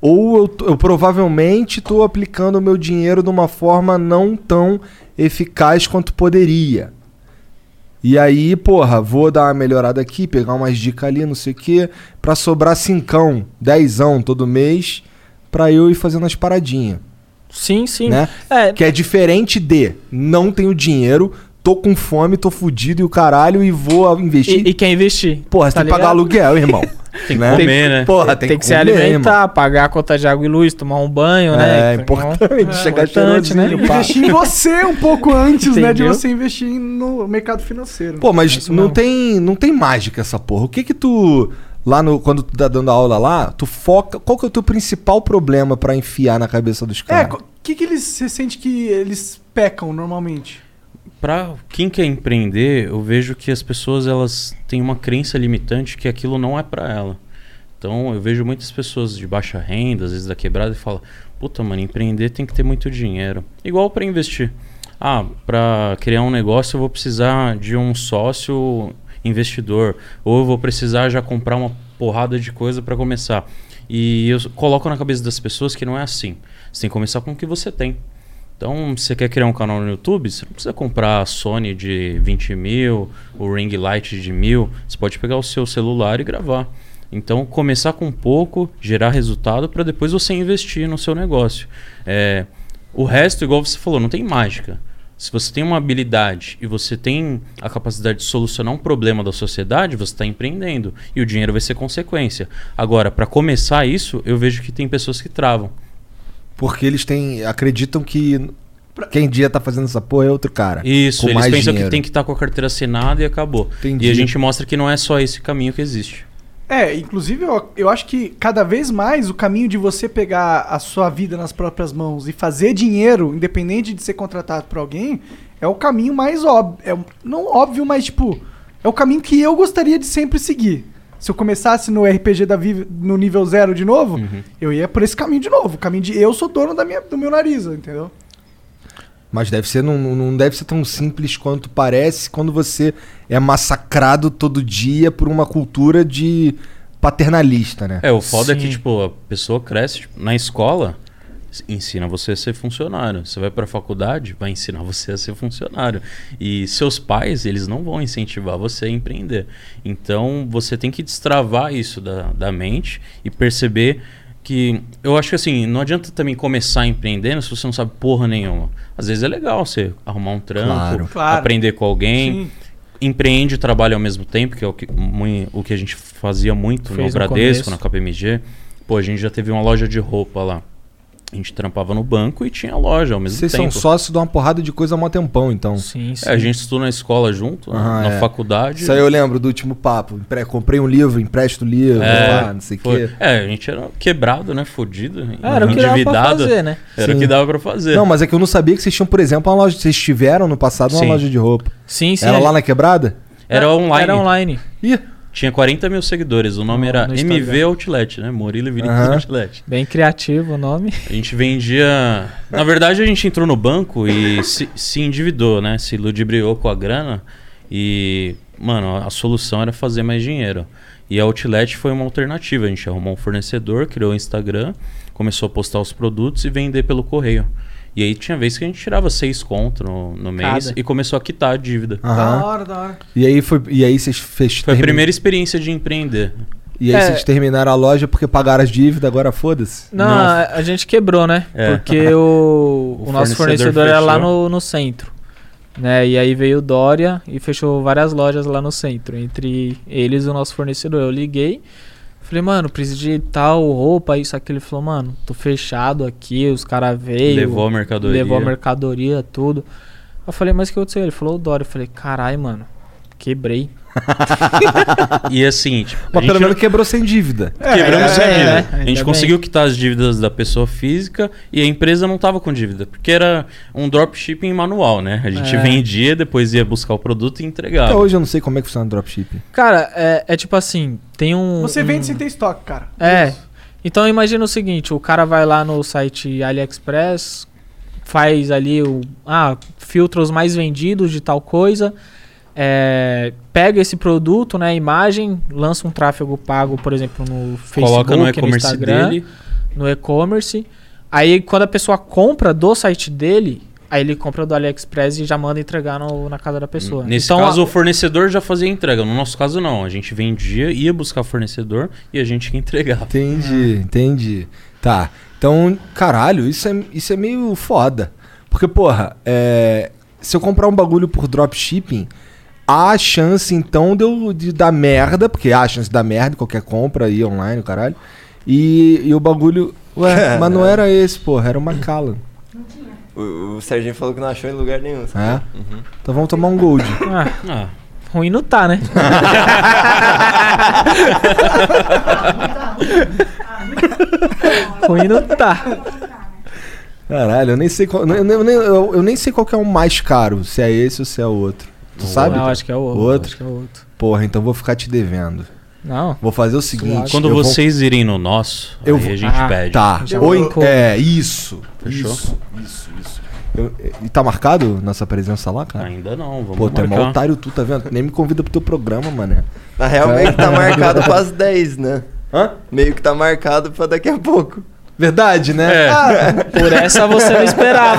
ou eu, t- eu provavelmente estou aplicando o meu dinheiro de uma forma não tão eficaz quanto poderia. E aí, porra, vou dar uma melhorada aqui, pegar umas dicas ali, não sei o quê, pra sobrar cincão, dezão todo mês, pra eu ir fazendo as paradinhas. Sim, sim. né? É, Que é diferente de não tenho dinheiro, tô com fome, tô fudido e o caralho e vou investir. e, e quer investir? Porra, você tá tem que pagar ligado? aluguel, irmão. Tem que Né? comer, né? Porra, Tem, tem, que se comer, alimentar, pagar a conta de água e luz, tomar um banho, irmão. né? É, importante. chegar importante, né? cheirosinho, pá. Investir em você um pouco antes, né? De Entendeu? você investir no mercado financeiro. Pô, mas Isso não mesmo. tem, não tem mágica essa porra. O que que tu lá no quando tu tá dando aula lá, tu foca, qual que é o teu principal problema pra enfiar na cabeça dos é, caras? o que, que eles você sente que eles pecam normalmente? Pra quem quer empreender, eu vejo que as pessoas elas têm uma crença limitante que aquilo não é pra ela. Então eu vejo muitas pessoas de baixa renda, às vezes da quebrada, e falam: Puta, mano, empreender tem que ter muito dinheiro. Igual pra investir. Ah, pra criar um negócio eu vou precisar de um sócio investidor. Ou eu vou precisar já comprar uma porrada de coisa pra começar. E eu coloco na cabeça das pessoas que não é assim. Você tem que começar com o que você tem. Então, você quer criar um canal no YouTube? Você não precisa comprar a Sony de 20 mil, o Ring Light de mil. Você pode pegar o seu celular e gravar. Então, começar com pouco, gerar resultado para depois você investir no seu negócio. É, o resto, igual você falou, não tem mágica. Se você tem uma habilidade e você tem a capacidade de solucionar um problema da sociedade, você está empreendendo e o dinheiro vai ser consequência. Agora, para começar isso, eu vejo que tem pessoas que travam. Porque eles têm, acreditam que quem dia tá fazendo essa porra é outro cara. Isso, com eles mais pensam dinheiro. que tem que estar com a carteira assinada e acabou. Entendi. E a gente mostra que não é só esse caminho que existe. É, inclusive eu, eu acho que cada vez mais o caminho de você pegar a sua vida nas próprias mãos e fazer dinheiro, independente de ser contratado por alguém, é o caminho mais óbvio. É, o- não óbvio, mas tipo, é o caminho que eu gostaria de sempre seguir. Se eu começasse no RPG da Vive, no nível zero de novo, eu ia por esse caminho de novo. O caminho de eu sou dono da minha, do meu nariz, entendeu? Mas deve ser, não, não não deve ser tão simples quanto parece quando você é massacrado todo dia por uma cultura de paternalista, né? É, o foda é Sim. que, tipo, a pessoa cresce tipo, na escola, s- ensina você a ser funcionário. Você vai pra faculdade, vai ensinar você a ser funcionário. E seus pais, eles não vão incentivar você a empreender. Então, você tem que destravar isso da, da mente e perceber que eu acho que assim, não adianta também começar empreendendo se você não sabe porra nenhuma. Às vezes é legal você arrumar um trampo, Claro. Claro. aprender com alguém, empreende e trabalha ao mesmo tempo, que é o que, mui- o que a gente fazia muito Fez no no Bradesco, começo. na KPMG. Pô, a gente já teve uma loja de roupa lá. A gente trampava no banco e tinha loja ao mesmo Vocês tempo. são sócios de uma porrada de coisa há mó tempão, então. Sim, sim. É, a gente estudou na escola junto, né? Aham, na é. faculdade. Isso aí eu lembro do último papo. Empre- Comprei um livro, empresto livro, lá, não sei o foi- quê. É, a gente era quebrado, né? Fudido, Ah, Era o que dava pra endividado. fazer, né? Era Sim. o que dava pra fazer. Não, mas é que eu não sabia que vocês tinham, por exemplo, uma loja. Vocês tiveram no passado uma Sim. loja de roupa. Sim, sim. Era a lá gente- na quebrada? Era online. Era online. Ih, Tinha 40 mil seguidores. O nome No- era no MV Instagram. Outlet, né? Murilo e Vinícius Aham. Outlet. Bem criativo o nome. A gente vendia. Na verdade, a gente entrou no banco e se, se endividou, né? Se ludibriou com a grana. E, mano, a solução era fazer mais dinheiro. E a Outlet foi uma alternativa. A gente arrumou um fornecedor, criou o Instagram, começou a postar os produtos e vender pelo correio. E aí tinha vez que a gente tirava seis conto no, no mês Cada. e começou a quitar a dívida. aham. Da hora, da hora. E aí foi, e aí vocês fez, tá. Foi a termi- primeira experiência de empreender. E aí É. vocês terminaram a loja porque pagaram as dívidas, agora foda-se. Não, Não. a a gente quebrou, né? É. Porque o, o, O nosso fornecedor fornecedor era lá fechou. no, no centro. Né? E aí veio o Dória e fechou várias lojas lá no centro. Entre eles, o nosso fornecedor. Eu liguei, falei, mano, preciso de tal roupa, isso, aquilo. Ele falou, mano, tô fechado aqui, os caras veio. levou a mercadoria. Levou a mercadoria, tudo. Eu falei, mas o que aconteceu? Ele falou, o Dória. Eu falei, carai, mano, quebrei. E assim, tipo, a Mas gente Tá. pelo não- menos quebrou sem dívida. Quebramos é, a é, dívida. a ainda gente bem. conseguiu quitar as dívidas da pessoa física e a empresa não estava com dívida, porque era um dropshipping manual, né? A gente É. vendia, depois ia buscar o produto e entregava. Até hoje eu não sei como é que funciona o dropshipping. Cara, é, é tipo assim, tem um. Você um- vende sem ter estoque, cara. É. Então imagina o seguinte, o cara vai lá no site AliExpress, faz ali o. Ah, filtra os mais vendidos de tal coisa. é, pega esse produto, né? a Imagem, lança um tráfego pago, por exemplo, no Facebook, Coloca no e-commerce Instagram, dele. no e-commerce. Aí quando a pessoa compra do site dele, aí ele compra do AliExpress e já manda entregar no- na casa da pessoa. Nesse Então, caso, a- o fornecedor já fazia a entrega. No nosso caso, não. A gente Hum. vendia, ia buscar fornecedor e a gente que entregava. Entendi, entendi. Tá. Então, caralho, isso é, isso é meio foda. Porque, porra, é, se eu comprar um bagulho por dropshipping, há a chance, então, de, eu, de dar merda, porque há a chance de dar merda em qualquer compra aí online, o caralho. E, e o bagulho. Ué, mas não era esse, porra, era o Macallan. O, o Serginho falou que não achou em lugar nenhum. sabe? É? Então vamos tomar um gold. Ah, Ah, ruim não tá, né? ruim não tá. Caralho, eu nem sei qual. Eu, eu- eu- eu nem sei qual que é o mais caro, se é esse ou se é o outro. Tu sabe? Não, acho que é o outro. Outro? Acho que é o outro. Porra, então vou ficar te devendo. Não. Vou fazer o seguinte. quando eu vou- vocês irem no nosso, Eu aí vou- a gente Ah, pede. Tá. Já Ou em- colocou. É, isso. Fechou? Isso, isso, isso. Eu- e tá marcado nossa presença lá, cara? Ainda não, vamos Pô, tu é mó Ah, então marcar. otário tu, tá vendo? Nem me convida pro teu programa, mané. Na real, meio que tá marcado pras 10, né? Hã? Meio que tá marcado pra daqui a pouco. Verdade, né? É, Por essa você não esperava.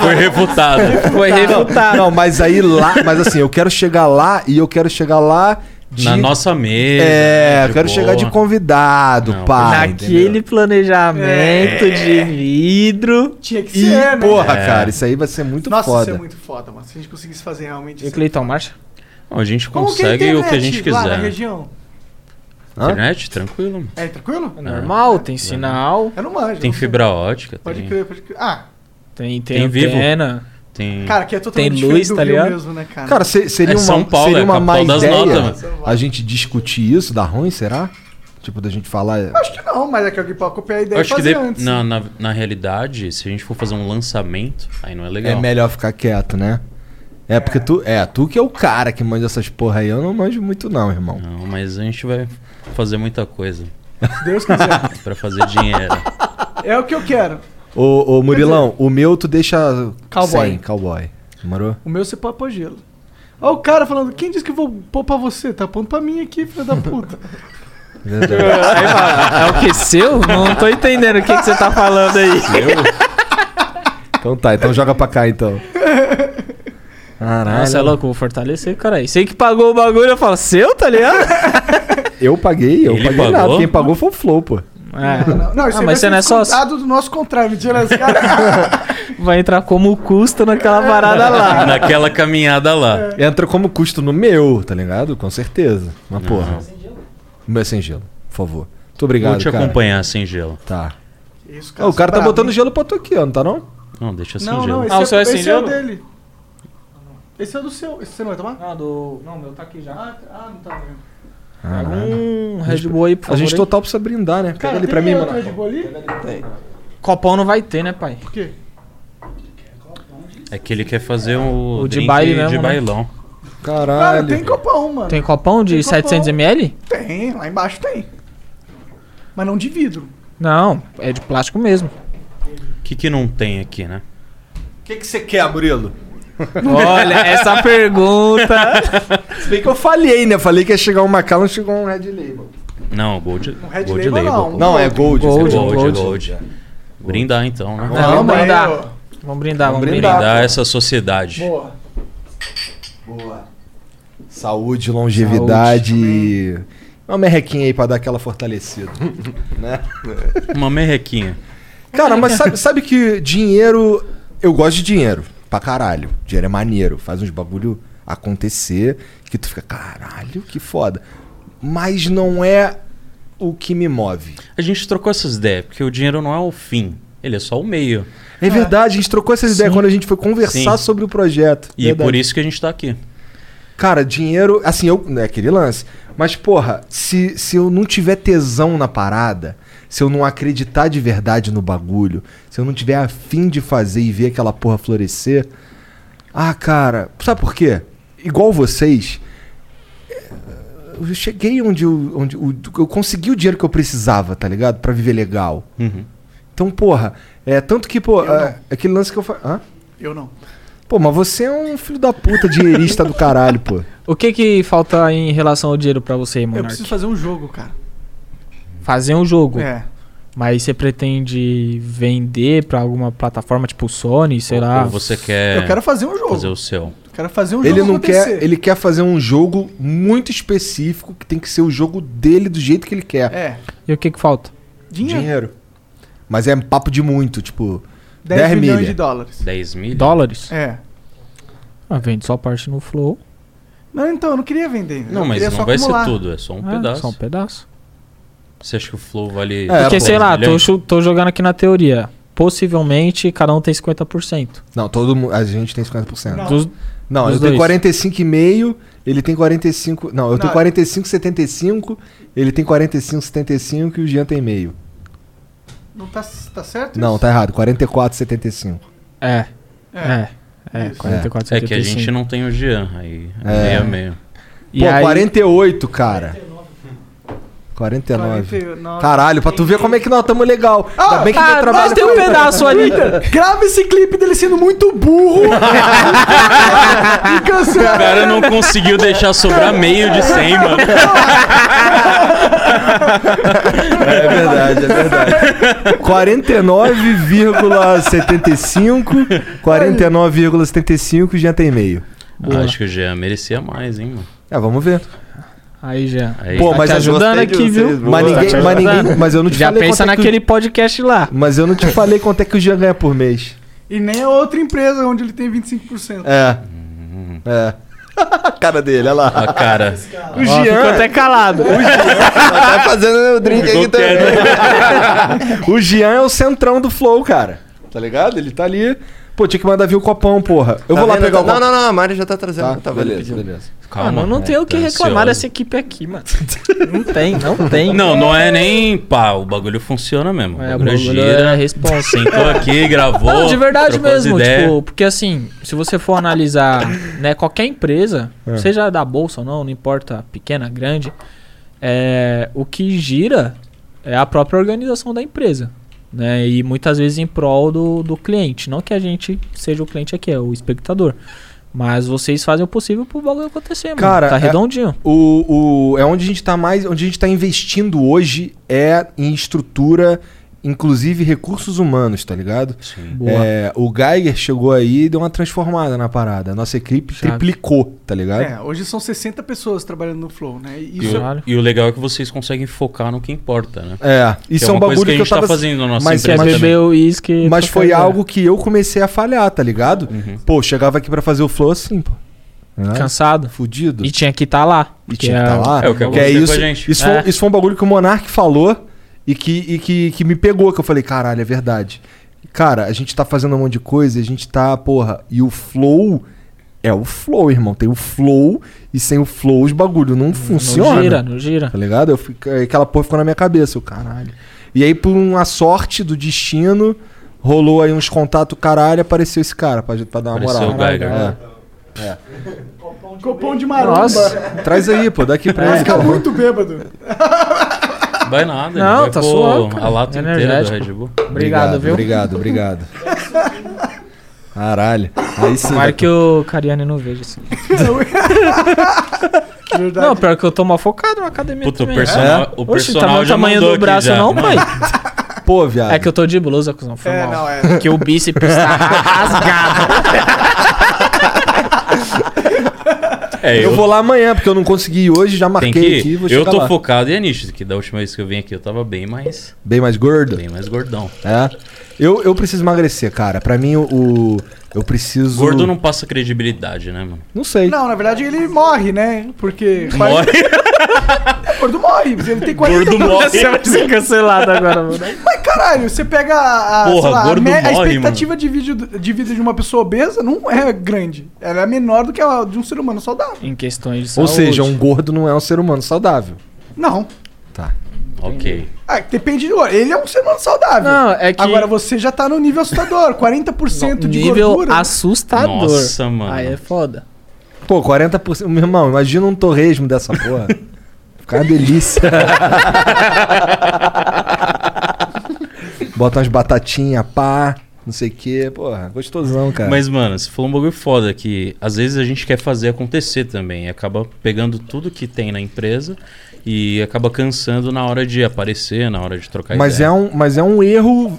tá. foi refutado. Foi refutado. Não, mas aí lá, mas assim, eu quero chegar lá e eu quero chegar lá de. Na nossa mesa. É, né, eu quero chegar de boa. convidado, Não, Ah, pá. Naquele planejamento de vidro. Tinha que E, ser, né? porra, É. cara, isso aí vai ser muito Nossa, foda. isso é muito foda, mano. Se a gente conseguisse fazer realmente E isso. Cleiton, marcha? Não, a gente Como que é consegue o que a gente internet lá na quiser. região? Hã? Internet, tranquilo. mano. É tranquilo? É normal, tem sinal, Eu não manjo. Tem não sei. fibra ótica, Pode tem, crer, pode crer. Ah, tem, tem, Tem vivo. antena. tem- cara, aqui é totalmente Tem diferente luz, do tá Rio ligado? mesmo, né, cara? Cara, se- seria É uma, São Paulo, seria é uma má capital das ideia notas, a gente discutir isso, dar ruim, será? Tipo, da gente falar. é, acho que não, mas é que alguém pode copiar a Eu ideia e acho que fazer de- antes. né? na, na, na realidade, se a gente for fazer um lançamento, aí não é É legal. melhor ficar quieto, né? É porque tu. É, tu que é o cara que manja essas porra aí, eu não manjo muito, não, irmão. não, mas a gente vai fazer muita coisa Se Deus quiser. pra fazer dinheiro. é o que eu quero. Ô, ô Murilão, o meu tu deixa. Cowboy. Sem, cowboy. Demorou? O meu você pode pôr gelo. Ó o cara falando, quem disse que eu vou pôr pra você? Tá pondo pra mim aqui, filho da puta. Verdade. Aí fala, é o que? Seu? Não tô entendendo o que, que você tá falando aí. então tá, então joga pra cá então. Caralho. Nossa, é louco, vou fortalecer, cara aí. Sei que pagou o bagulho, eu falo, seu, tá ligado? Eu paguei, eu Ele paguei nada. pagou? Quem pagou foi o Flow, pô. É. Ah, aí mas vai você não é ser sócio? descontado do nosso contrato, mentira, esse cara. Vai entrar como custo naquela parada lá. Naquela caminhada lá. É. Entra como custo no meu, tá ligado? Com certeza. Mas porra. O meu é sem gelo, por favor. Muito Vou obrigado, te cara. acompanhar sem gelo. Tá. Isso, Ah, o cara tá brabo, botando hein? gelo pra tu aqui, ó, não tá não? Não, deixa sem Não, gelo. não, esse, Ah, o é, seu é esse sem é o gelo? dele. Esse é do seu. Esse você não vai tomar? Não, do... Não, meu tá aqui já. Ah, ah, não tá vendo. Um Red Bull aí, por A favor. gente aí. total precisa brindar, né? Pega ele pra mim, outro mano. Red Bull ali? Copão não vai ter, né, pai? Por quê? É que ele quer fazer o, O de drink baile de mesmo, né? bailão. Cara, Caralho. tem copão, mano. Tem copão de Tem copão. 700ml? Tem, lá embaixo tem. Mas não de vidro. Não, é de plástico mesmo. O que, que não tem aqui, né? O que que você quer, Murilo? Olha, essa pergunta. Se bem que eu falhei, né? Falei que ia chegar um Macallan, chegou um Red Label. Não, Gold, Um Red gold Label, Label. não. pô. Não, é Gold. Gold, é Gold, Gold. Brindar então, né? Não, vamos Calma aí, brindar. ó. Vamos brindar, vamos brindar. brindar. Brindar essa sociedade. Boa. Boa. Saúde, longevidade. e Uma merrequinha aí pra dar aquela fortalecida. Uma merrequinha. Cara, mas sabe, sabe que dinheiro. Eu gosto de dinheiro. Pra caralho. Dinheiro é maneiro. Faz uns bagulho acontecer que tu fica, caralho, que foda. Mas não é o que me move. A gente trocou essas ideias, porque o dinheiro não é o fim. Ele é só o meio. É verdade, a gente trocou essas ideias quando a gente foi conversar Ah. Sim. sobre o projeto. E Verdade. por isso que a gente tá aqui. Cara, dinheiro, assim, eu, não é aquele lance. Mas, porra, se, se eu não tiver tesão na parada, se eu não acreditar de verdade no bagulho, se eu não tiver afim de fazer e ver aquela porra florescer. Ah, cara, sabe por quê? Igual vocês, eh, eu cheguei onde eu, onde eu, eu consegui o dinheiro que eu precisava, tá ligado? Pra viver legal. Uhum. Então, porra, é tanto que, pô, Eu não. é, aquele lance que eu falei. Hã? Eu não. Pô, mas você é um filho da puta, dinheirista do caralho, pô. O que que falta em relação ao dinheiro pra você, Eu Monark? preciso fazer um jogo, cara. Fazer um jogo. É. Mas você pretende vender pra alguma plataforma tipo Sony, sei lá? Ou você quer Eu quero fazer um jogo. fazer o seu. Quero fazer um É. Ele jogo não quer, acontecer. ele quer fazer um jogo muito específico que tem que ser o jogo dele do jeito que ele quer. É. E o que que falta? Dinheiro. Mas é um papo de muito, tipo. 10, 10, milhões milha. de dólares. 10 mil? Dólares? É. Ah, vende só parte no Flow. Não, então, eu não queria vender. Não, eu mas queria não só vai acumular. ser tudo, é só um É, pedaço. Só um pedaço. Você acha que o Flow vale. É, Porque, pô, sei lá, 10 tô, milhões? chu- tô jogando aqui na teoria. Possivelmente cada um tem 50%. Não, todo mundo. A gente tem 50%. Não, Não. Dos- não Os eu tenho dois. 45,5, ele tem 45. Não, eu tenho Não. 45,75, ele tem 45,75 e o Jean tem meio. Não tá, tá certo? Não, isso? tá errado. 44,75. é, É. é. É, Isso. 44, É que a gente não tem o Jean, aí é meio a meio. E Pô, aí, 48, cara. Tá 49. 49. Caralho, pra tu ver como é que nós tamo legal. Ainda bem é que meu cara, trabalho mas tem um foi- pedaço ali. Grava esse clipe dele sendo muito burro. e O cancela. cara não conseguiu deixar sobrar meio de 100, mano. É verdade, é verdade. 49,75. 49,75 já tem meio. Boa. Acho que o Jean merecia mais, hein, mano. É, vamos ver. Aí já. Aí, Pô, Tá mas te eu ajudando gostei de aqui, vocês, viu? boa. Tá Mas ninguém, mas ninguém, mas eu não te Já falei quanto pensa é que o- naquele podcast lá. mas eu não te falei quanto é que o Jean ganha por mês. E nem a outra empresa onde ele tem 25%. É. É. A cara dele, olha lá. a cara. O Ó, é ficou Jean, até calado. Ah! Tá fazendo o drink tá- aqui também. né? o Jean é o centrão do flow, cara. Tá ligado? Ele tá ali. Pô, tinha que mandar vir o copão, porra. Eu Tá vou lá vendo? pegar o Não, copão. não, não, a Mari já tá trazendo. Tá, eu tava ali beleza, pedindo. beleza. Calma, mano, Ah, não né? tem o que Tá reclamar ansioso. dessa equipe aqui, mano. Não tem, não tem. Não, não é nem pá, o bagulho funciona mesmo. O É, o bagulho bagulho gira. é responsa. Sentou aqui, gravou. Não, de verdade trocou as mesmo, ideias. tipo, porque assim, se você for analisar, né, qualquer empresa, É. seja da bolsa ou não, não importa, pequena, grande, é, o que gira é a própria organização da empresa, né, e muitas vezes em prol do, do cliente, não que a gente seja o cliente aqui, é o espectador, mas vocês fazem o possível pro bagulho acontecer, mano, Cara, tá é- redondinho. O, o, é onde a gente tá mais. Onde a gente tá investindo hoje é em estrutura, inclusive recursos humanos, tá ligado? Sim. É, o Geiger chegou aí e deu uma transformada na parada. A nossa equipe Chave. triplicou, tá ligado? É, hoje são 60 pessoas trabalhando no Flow, né? E E Isso Caralho. o, e o legal é que vocês conseguem focar no que importa, né? É, Que isso é é um uma coisa bagulho que a que, eu gente tá tava. fazendo na nossa mas, é empresa Quer mas, também. beber o uísque... mas trocar foi ideia. algo que eu comecei a falhar, tá ligado? Uhum. Pô, eu chegava aqui pra fazer o flow assim, pô. Né? Cansado. Fudido. E tinha que estar lá. E porque tinha que é- tá lá. É o que aconteceu com a isso, gente. Isso, foi, É. isso foi um bagulho que o Monark falou e, que, e que, que me pegou, que eu falei, caralho, é verdade. Cara, a gente tá fazendo um monte de coisa, e a gente tá, porra, e o flow é o flow, irmão. Tem o flow e sem o flow os bagulho não funciona. Não gira, não gira. Tá ligado? Eu fico, aí aquela porra ficou na minha cabeça, eu, caralho. E aí, por uma sorte do destino, rolou aí uns contatos, caralho, apareceu esse cara pra, pra dar uma Apareceu moral. o Geiger. né? É. Copão de maromba. Nossa, Traz aí, pô, daqui pra Vai ele. ficar muito bêbado. Vai nada, Não, ele vai tá pôr suave, cara. A lata inteira do Energético. Red Bull. obrigado, viu? Obrigado, obrigado. Caralho. Aí sim. Tomara que o Cariani não veja isso. Verdade. Não, pior que eu tô mal focado na academia Puta, o também. personal, É? o Oxe, personal tá o já tamanho mandou do aqui braço já, não, mano. pai. Pô, viado. É que eu tô de blusa, cuzão, foi é, mal. não, é. Que o bíceps tá rasgado. É, Eu eu, vou lá amanhã, porque eu não consegui ir hoje, já tem marquei que, aqui. Vou eu chegar tô lá. focado e é nicho, que da última vez que eu vim aqui eu tava bem mais, Bem mais gordo. bem mais gordão. É. Eu, eu preciso emagrecer, cara. Pra mim, o. o- Eu preciso. Gordo não passa credibilidade, né, mano? Não sei. Não, na verdade ele morre, né? Porque. Morre, O gordo morre. Ele tem 40 gordo morre. Você vai ser cancelado agora, mano. Mas é caralho, você pega a, a, Porra, sei lá, a gordo me- a, morre, expectativa de, vídeo, de vida de uma pessoa obesa não é grande. Ela é menor do que a de um ser humano saudável. Em questões de Ou saúde. seja, um gordo não é um ser humano saudável. Não. ok. Ah, depende do. Ele é um ser humano saudável. Não, é que... Agora você já tá no nível assustador 40% de nível gordura. assustador. Nossa, mano. Aí é foda. Pô, 40%. Meu irmão, imagina um torresmo dessa porra. Fica uma delícia. Bota umas batatinhas, pá, não sei o quê. Porra, gostosão, cara. Mas, mano, você falou um bagulho foda que às vezes a gente quer fazer acontecer também. E acaba pegando tudo que tem na empresa e acaba cansando na hora de aparecer, na hora de trocar Mas ideia. é, um, mas é um erro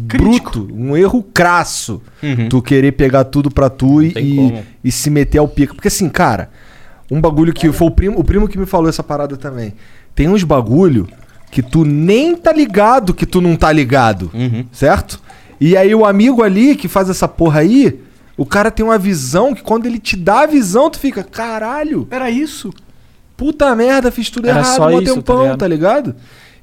bruto, um erro crasso. Tu querer pegar tudo pra tu e, Uhum. tem como. e se meter ao pico. Porque assim, cara, um bagulho que foi o primo, o primo que me falou essa parada também. Tem uns bagulho que tu nem tá ligado que tu não tá ligado, Uhum. certo? E aí o amigo ali que faz essa porra aí, o cara tem uma visão que quando ele te dá a visão, tu fica, caralho. Era isso? Puta merda, fiz tudo Era errado, só mó isso, tá tempão, ligado? tá ligado?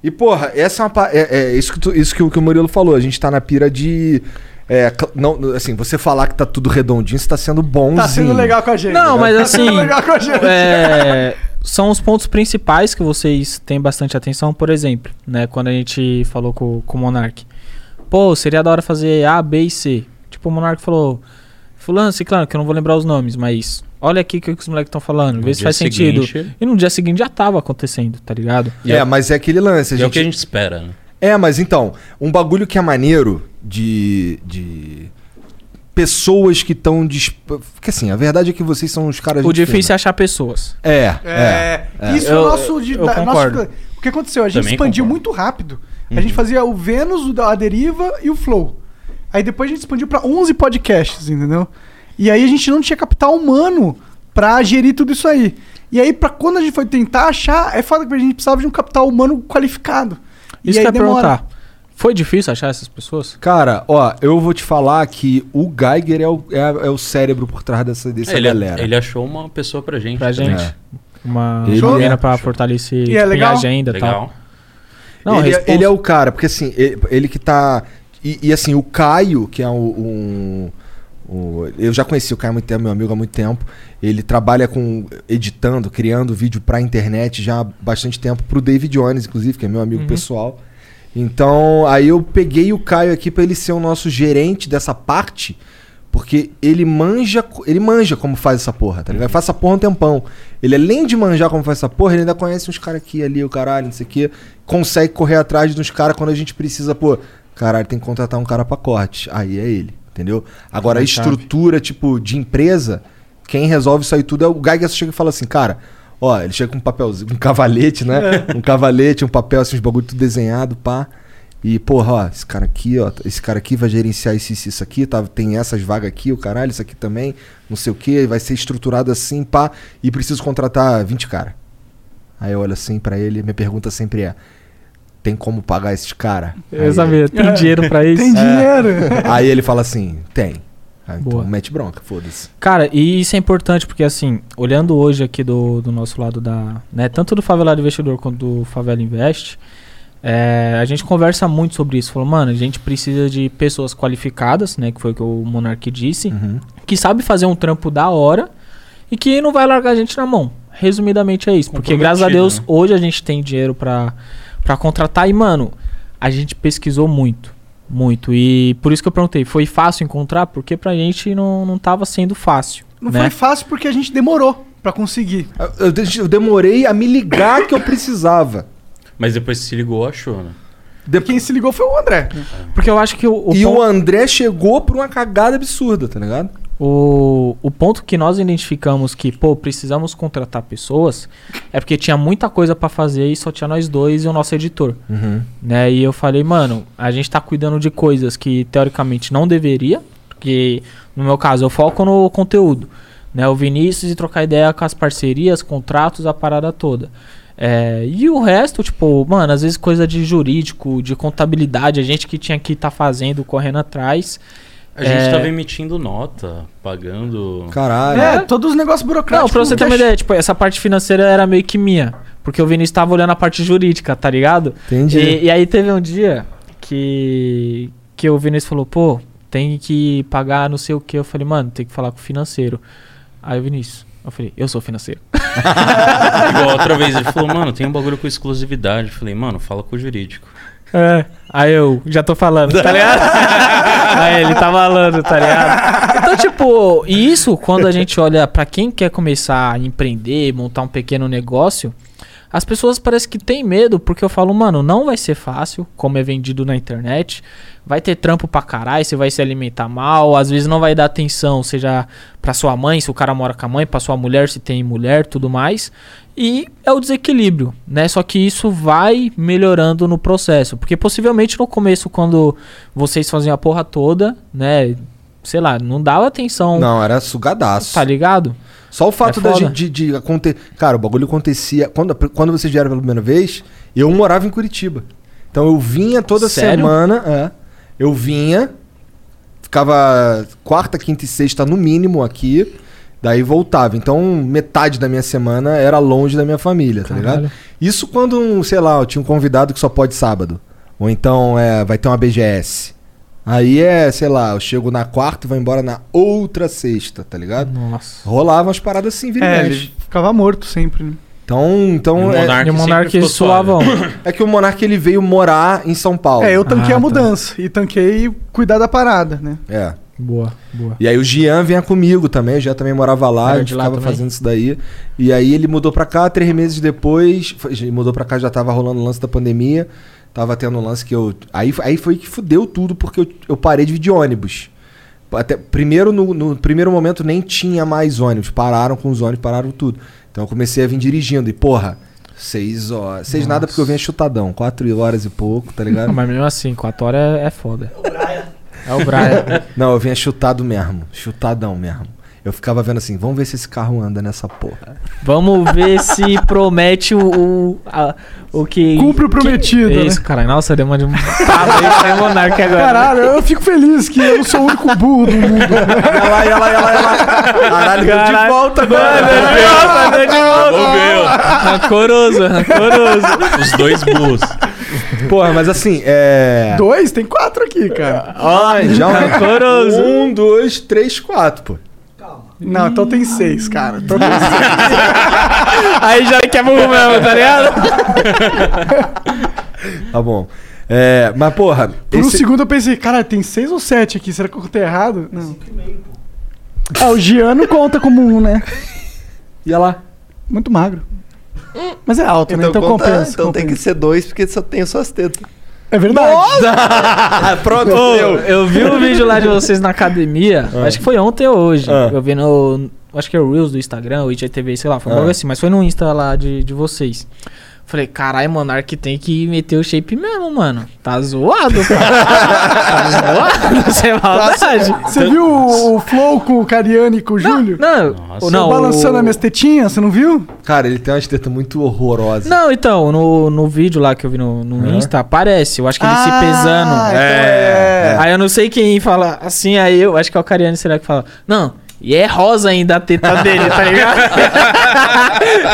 E, porra, essa é uma. pa- É, é isso, que, tu- isso que, o- que o Murilo falou. A gente tá na pira de. é, cl- não, assim, você falar que tá tudo redondinho, você tá sendo bonzinho. Tá sendo legal com a gente. Não, mas tá assim. sendo legal com a gente. é, são os pontos principais que vocês têm bastante atenção, por exemplo, né? Quando a gente falou com, com o Monark. Pô, seria da hora fazer A, B e C. Tipo, o Monark falou. Fulano, ciclano, que eu não vou lembrar os nomes, mas. Olha aqui o que os moleques estão falando, vê se dia faz sentido. seguinte- E no dia seguinte já tava acontecendo, tá ligado? É, mas é aquele lance. A E é o que a gente, gente espera, né? É, mas então, um bagulho que é maneiro de. de pessoas que estão. Disp... Porque assim, a verdade é né? que vocês são os caras. O de difícil é firma. achar pessoas. É, é. É, isso é Eu- o nosso, de, eu da- concordo. nosso- O que aconteceu? A gente Também expandiu concordo. muito rápido. A gente fazia o Vênus, o da- a Deriva e o Flow. Aí depois a gente expandiu pra 11 podcasts, entendeu? E aí a gente não tinha capital humano pra gerir tudo isso aí. E aí, pra quando a gente foi tentar achar, é foda que a gente precisava de um capital humano qualificado. e Isso que aí eu ia perguntar. Foi difícil achar essas pessoas? Cara, ó, eu vou te falar que o Geiger é o, é- é o cérebro por trás dessa, dessa Ele, é é galera. ele achou uma pessoa pra gente. Pra também. gente. Uma Ele menina é- pra fortalecer E é tipo, minha legal? agenda e tal. Legal. Não, ele, responsa- ele é o cara, porque assim, ele, ele que tá. E, e, assim, o Caio, que é um, um- um- Eu já conheci o Caio há muito tempo, meu amigo há muito tempo. Ele trabalha com. editando, criando vídeo pra internet já há bastante tempo, pro David Jones, inclusive, que é meu amigo pessoal. Então, aí eu peguei o Caio aqui pra ele ser o nosso gerente dessa parte, porque ele manja, co- ele manja como faz essa porra, tá ligado? Faz essa porra há um tempão. Ele além de manjar como faz essa porra, ele ainda conhece uns caras aqui ali, o caralho, não sei o quê, consegue correr atrás dos caras quando a gente precisa, pô, caralho, tem que contratar um cara pra corte. Aí é ele, entendeu? Agora a Mas sabe. estrutura tipo de empresa, quem resolve isso aí tudo é o Geiger só chega e fala assim, cara, ó, ele chega com um papelzinho, um cavalete, né? Um cavalete, um papel, assim, uns bagulho tudo desenhado, pá. E, porra, ó, esse cara aqui, ó, esse cara aqui vai gerenciar isso, isso, isso aqui, tá? Tem essas vagas aqui, o caralho, isso aqui também, não sei o que, vai ser estruturado assim, pá, e preciso contratar 20 caras. Aí eu olho assim pra ele, minha pergunta sempre é: tem como pagar esses caras? Eu sabia, tem dinheiro pra isso? Tem dinheiro. Aí ele fala assim: tem. Aí, então Boa. mete bronca, foda-se. Cara, e isso é importante porque, assim, olhando hoje aqui do, do nosso lado da. Né, tanto do Favelado Investidor quanto do Favela Invest, é, a gente conversa muito sobre isso. Falou, mano, a gente precisa de pessoas qualificadas, né? Que foi o que o Monark disse, que sabe fazer um trampo da hora e que não vai largar a gente na mão. Resumidamente é isso. Porque, graças a Comprometido, Deus, né? hoje a gente tem dinheiro pra, pra contratar e, mano, a gente pesquisou muito. Muito. E por isso que eu perguntei, foi fácil encontrar? Porque pra gente não, não tava sendo fácil. Não né? foi fácil porque a gente demorou pra conseguir. Eu, eu de- eu demorei a me ligar que eu precisava. Mas depois se ligou, achou, né? Quem se ligou foi o André. Porque eu acho que o, o, e pon- o André chegou por uma cagada absurda, tá ligado? o, o ponto que nós identificamos que, pô, precisamos contratar pessoas é porque tinha muita coisa pra fazer e só tinha nós dois e o nosso editor. Né? E eu falei, mano, a gente tá cuidando de coisas que teoricamente não deveria, porque no meu caso eu foco no conteúdo. Né? O Vinícius e trocar ideia com as parcerias, contratos, a parada toda. É, e o resto, tipo, mano, às vezes coisa de jurídico, de contabilidade, a gente que tinha que estar fazendo, correndo atrás. A gente É. tava emitindo nota, pagando. Caralho. É, todos os negócios burocráticos. Não, pra você ter uma cash- ideia, tipo, essa parte financeira era meio que minha. Porque o Vinícius tava olhando a parte jurídica, tá ligado? Entendi. E, e aí teve um dia que, que o Vinícius falou, pô, tem que pagar não sei o que. Eu falei, mano, tem que falar com o financeiro. Aí o Vinícius, eu falei, eu sou financeiro. Igual outra vez, ele falou, mano, tem um bagulho com exclusividade. Eu falei, mano, fala com o jurídico. É. Aí eu já tô falando, tá ligado? Aí ele tá falando, tá ligado? Então, tipo, e isso quando a gente olha pra quem quer começar a empreender, montar um pequeno negócio, as pessoas parece que têm medo, porque eu falo, mano, não vai ser fácil, como é vendido na internet. Vai ter trampo pra caralho, você vai se alimentar mal, às vezes não vai dar atenção, seja pra sua mãe, se o cara mora com a mãe, pra sua mulher, se tem mulher, tudo mais. E é o desequilíbrio, né? Só que isso vai melhorando no processo. Porque possivelmente no começo, quando vocês faziam a porra toda, né? Sei lá, não dava atenção. Não, era sugadaço. Tá ligado? Só o fato É da foda. gente, de, de acontecer. Cara, o bagulho acontecia. Quando, quando vocês vieram pela primeira vez, eu morava em Curitiba. Então eu vinha toda Sério? semana. é. eu vinha, ficava quarta, quinta e sexta no mínimo aqui. Daí voltava. Então, metade da minha semana era longe da minha família, tá ligado? Caralho. Isso quando, um, sei lá, eu tinha um convidado que só pode sábado. Ou então é, vai ter uma BGS. Aí é, sei lá, eu chego na quarta e vou embora na outra sexta, tá ligado? Nossa. Rolava umas paradas assim, vira e É, mexe. ele ficava morto sempre. né? Então, então E o Monark E o Monark sempre ficou suavão. suave. É que o Monark ele veio morar em São Paulo. É, eu Ah, tá. tanquei a mudança. E tanquei cuidar da parada, né? É. Boa, boa. E aí o Jean vinha comigo também, o Jean também morava lá, Era a gente de lá ficava também? fazendo isso daí. E aí ele mudou pra cá, três meses depois, foi- ele mudou pra cá, já tava rolando o lance da pandemia, tava tendo um lance que eu... Aí, aí foi que fudeu tudo, porque eu, eu parei de vir de ônibus. Até, primeiro, no, no primeiro momento nem tinha mais ônibus, pararam com os ônibus, pararam tudo. Então eu comecei a vir dirigindo e, porra, seis horas... Seis nada porque eu vinha chutadão, quatro horas e pouco, tá ligado? Não, mas mesmo assim, 4 horas é, é foda. É o Brian. Não, eu vinha chutado mesmo. Chutadão mesmo. Eu ficava vendo assim, vamos ver se esse carro anda nessa porra. Vamos ver se promete o. O, a- o que. Cumpre o prometido, Que, né? isso, cara. Nossa, deu uma de um. Tava aí, saiu o Monark agora. Caralho, eu fico feliz que eu não sou o único burro do mundo. Olha lá, olha lá, olha lá, olha lá. Caralho, deu de volta, mano. Deu de volta, Rancoroso, rancoroso. Os dois burros. Porra, mas assim, é. Dois? Tem quatro aqui, cara. Ai, já um- Rancoroso. Um, dois, três, quatro, pô. Não, então tem seis, cara. Então tem seis. Aí já quer burro mesmo, tá ligado? Tá bom. É, mas porra. Por um esse- segundo eu pensei, cara, tem seis ou sete aqui, será que eu contei errado? Não. Ah, o Giano conta como um, né? E lá? Muito magro. Mas é alto, né? Então conta- compensa. Então tem que ser dois, porque só tem só as tetas. É verdade. Pronto, Ô, deu. Eu vi um vídeo lá de vocês na academia. Acho que foi ontem ou hoje. Eu vi no. Acho que é o Reels do Instagram, o IGTV, sei lá. Foi Ah. um bagulho assim, mas foi no Insta lá de, de vocês. Falei, caralho, Monark tem que meter o shape mesmo, mano. Tá zoado, cara. tá zoado, sem Tá, maldade. Você viu o, o Flow com o Cariani e com o Júlio? Não, não, Eu balançando o- as minhas tetinhas, você não viu? Cara, ele tem uma esteta muito horrorosa. Não, então, no, no vídeo lá que eu vi no, no É. Insta, aparece. Eu acho que ele se Ah, pesando. então é. Aí eu não sei quem fala assim, aí eu acho que é o Cariani, será que fala? Não. E é rosa ainda a teta dele, tá ligado?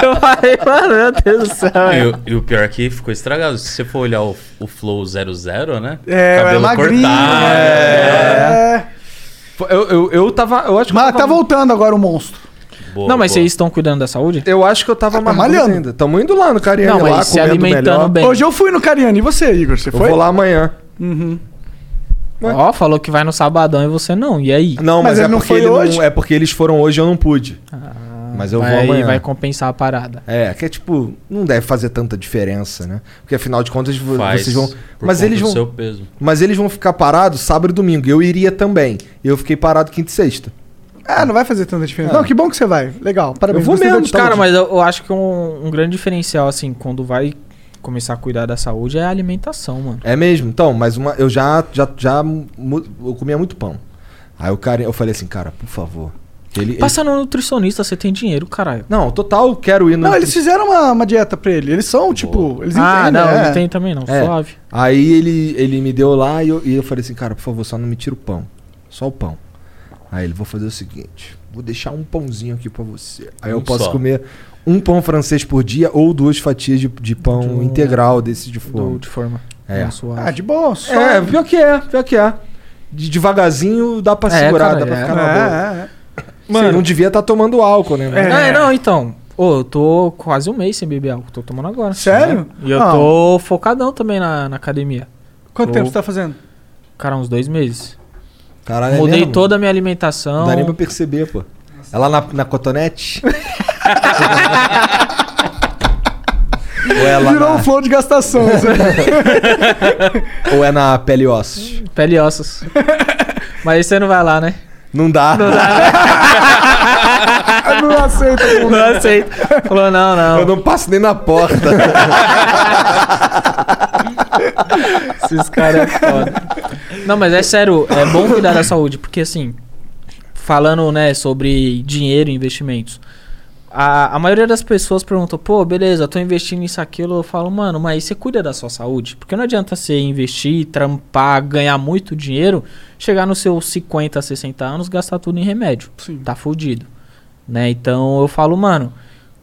eu falei, mano, meu Deus do céu. E, o- e o pior é que ficou estragado. Se você for olhar o, o Flow 00, né? É, Cabelo é magrinho, cortado. É. Eu, eu, eu tava. Eu acho que Mas tá voltando agora o monstro. Boa, não, mas boa. vocês estão cuidando da saúde? Eu acho que eu tava tá marrudo malhando. ainda. Tamo indo lá no Cariani Não, mas lá, se comendo alimentando melhor. bem. Hoje eu fui no Cariani, e você, Igor? Você Eu foi? vou lá amanhã. Uhum. Ó, falou que vai no sabadão e você não. E aí? Não, mas, Mas é, ele não porque foi ele não- hoje? é porque eles foram hoje e eu não pude. mas eu vou vai, amanhã. vai compensar a parada. É, que é tipo, não deve fazer tanta diferença, né? Porque afinal de contas vo- Faz, vocês vão. por Mas conta eles do vão. seu peso. Mas eles vão ficar parados sábado e domingo. Eu iria também. Eu fiquei parado quinta e sexta. Ah, não vai fazer tanta diferença. Não, que bom que você vai. Legal, parabéns. Eu vou gostei da mesmo, atitude. cara, mas eu, eu acho que um, um grande diferencial, assim, quando vai começar a cuidar da saúde é a alimentação, mano. É mesmo? Então, mas uma, eu já, já, já mu- eu comia muito pão. Aí o cara, eu falei assim, cara, por favor. Ele, ele- Passa no nutricionista, você tem dinheiro, caralho. Não, total, quero ir no. Não, eles fizeram uma, uma dieta pra ele. Eles são, tipo, eles ah, entendem, não, né? não tem também não, É. suave. Aí ele, ele me deu lá e eu, e eu falei assim, cara, por favor, só não me tira o pão. Só o pão. Aí ele, vou fazer o seguinte, vou deixar um pãozinho aqui pra você. Aí eu Um posso só. comer um pão francês por dia ou duas fatias de, de pão De um- integral desse de forno. Do- Um de forma. É. Não, suave. Ah, de boa, só. É, pior que é, pior que é. De, devagarzinho dá pra É, segurar, cara, dá pra é. ficar na boa. É, é, é. Mano, não devia estar tomando tá álcool, né? mano? É, não, então. Ô, eu tô quase um mês sem beber álcool. Tô tomando agora. Sério? E eu Ah. tô focadão também na, na academia. Quanto Tô- tempo você tá fazendo? Cara, uns dois meses. Caralho, é Mudei mesmo? toda a minha alimentação. Não dá nem pra perceber, pô. É lá na, na cotonete? Ou é lá Virou na- um flow de gastação. isso aí. Ou é na pele e ossos? Pele e ossos. Mas você não vai lá, né? Não dá. Não dá. não aceito. Não aceito. Falou, não, não. Eu não passo nem na porta. Esses caras é foda. Não, mas é sério, é bom cuidar da saúde, porque assim, falando, né, sobre dinheiro e investimentos, a, a maioria das pessoas perguntam, pô, beleza, eu tô investindo nisso, aquilo, eu falo, mano, mas você cuida da sua saúde? Porque não adianta você investir, trampar, ganhar muito dinheiro, chegar nos seus 50, 60 anos, gastar tudo em remédio. Tá fudido. Né? Então eu falo, mano,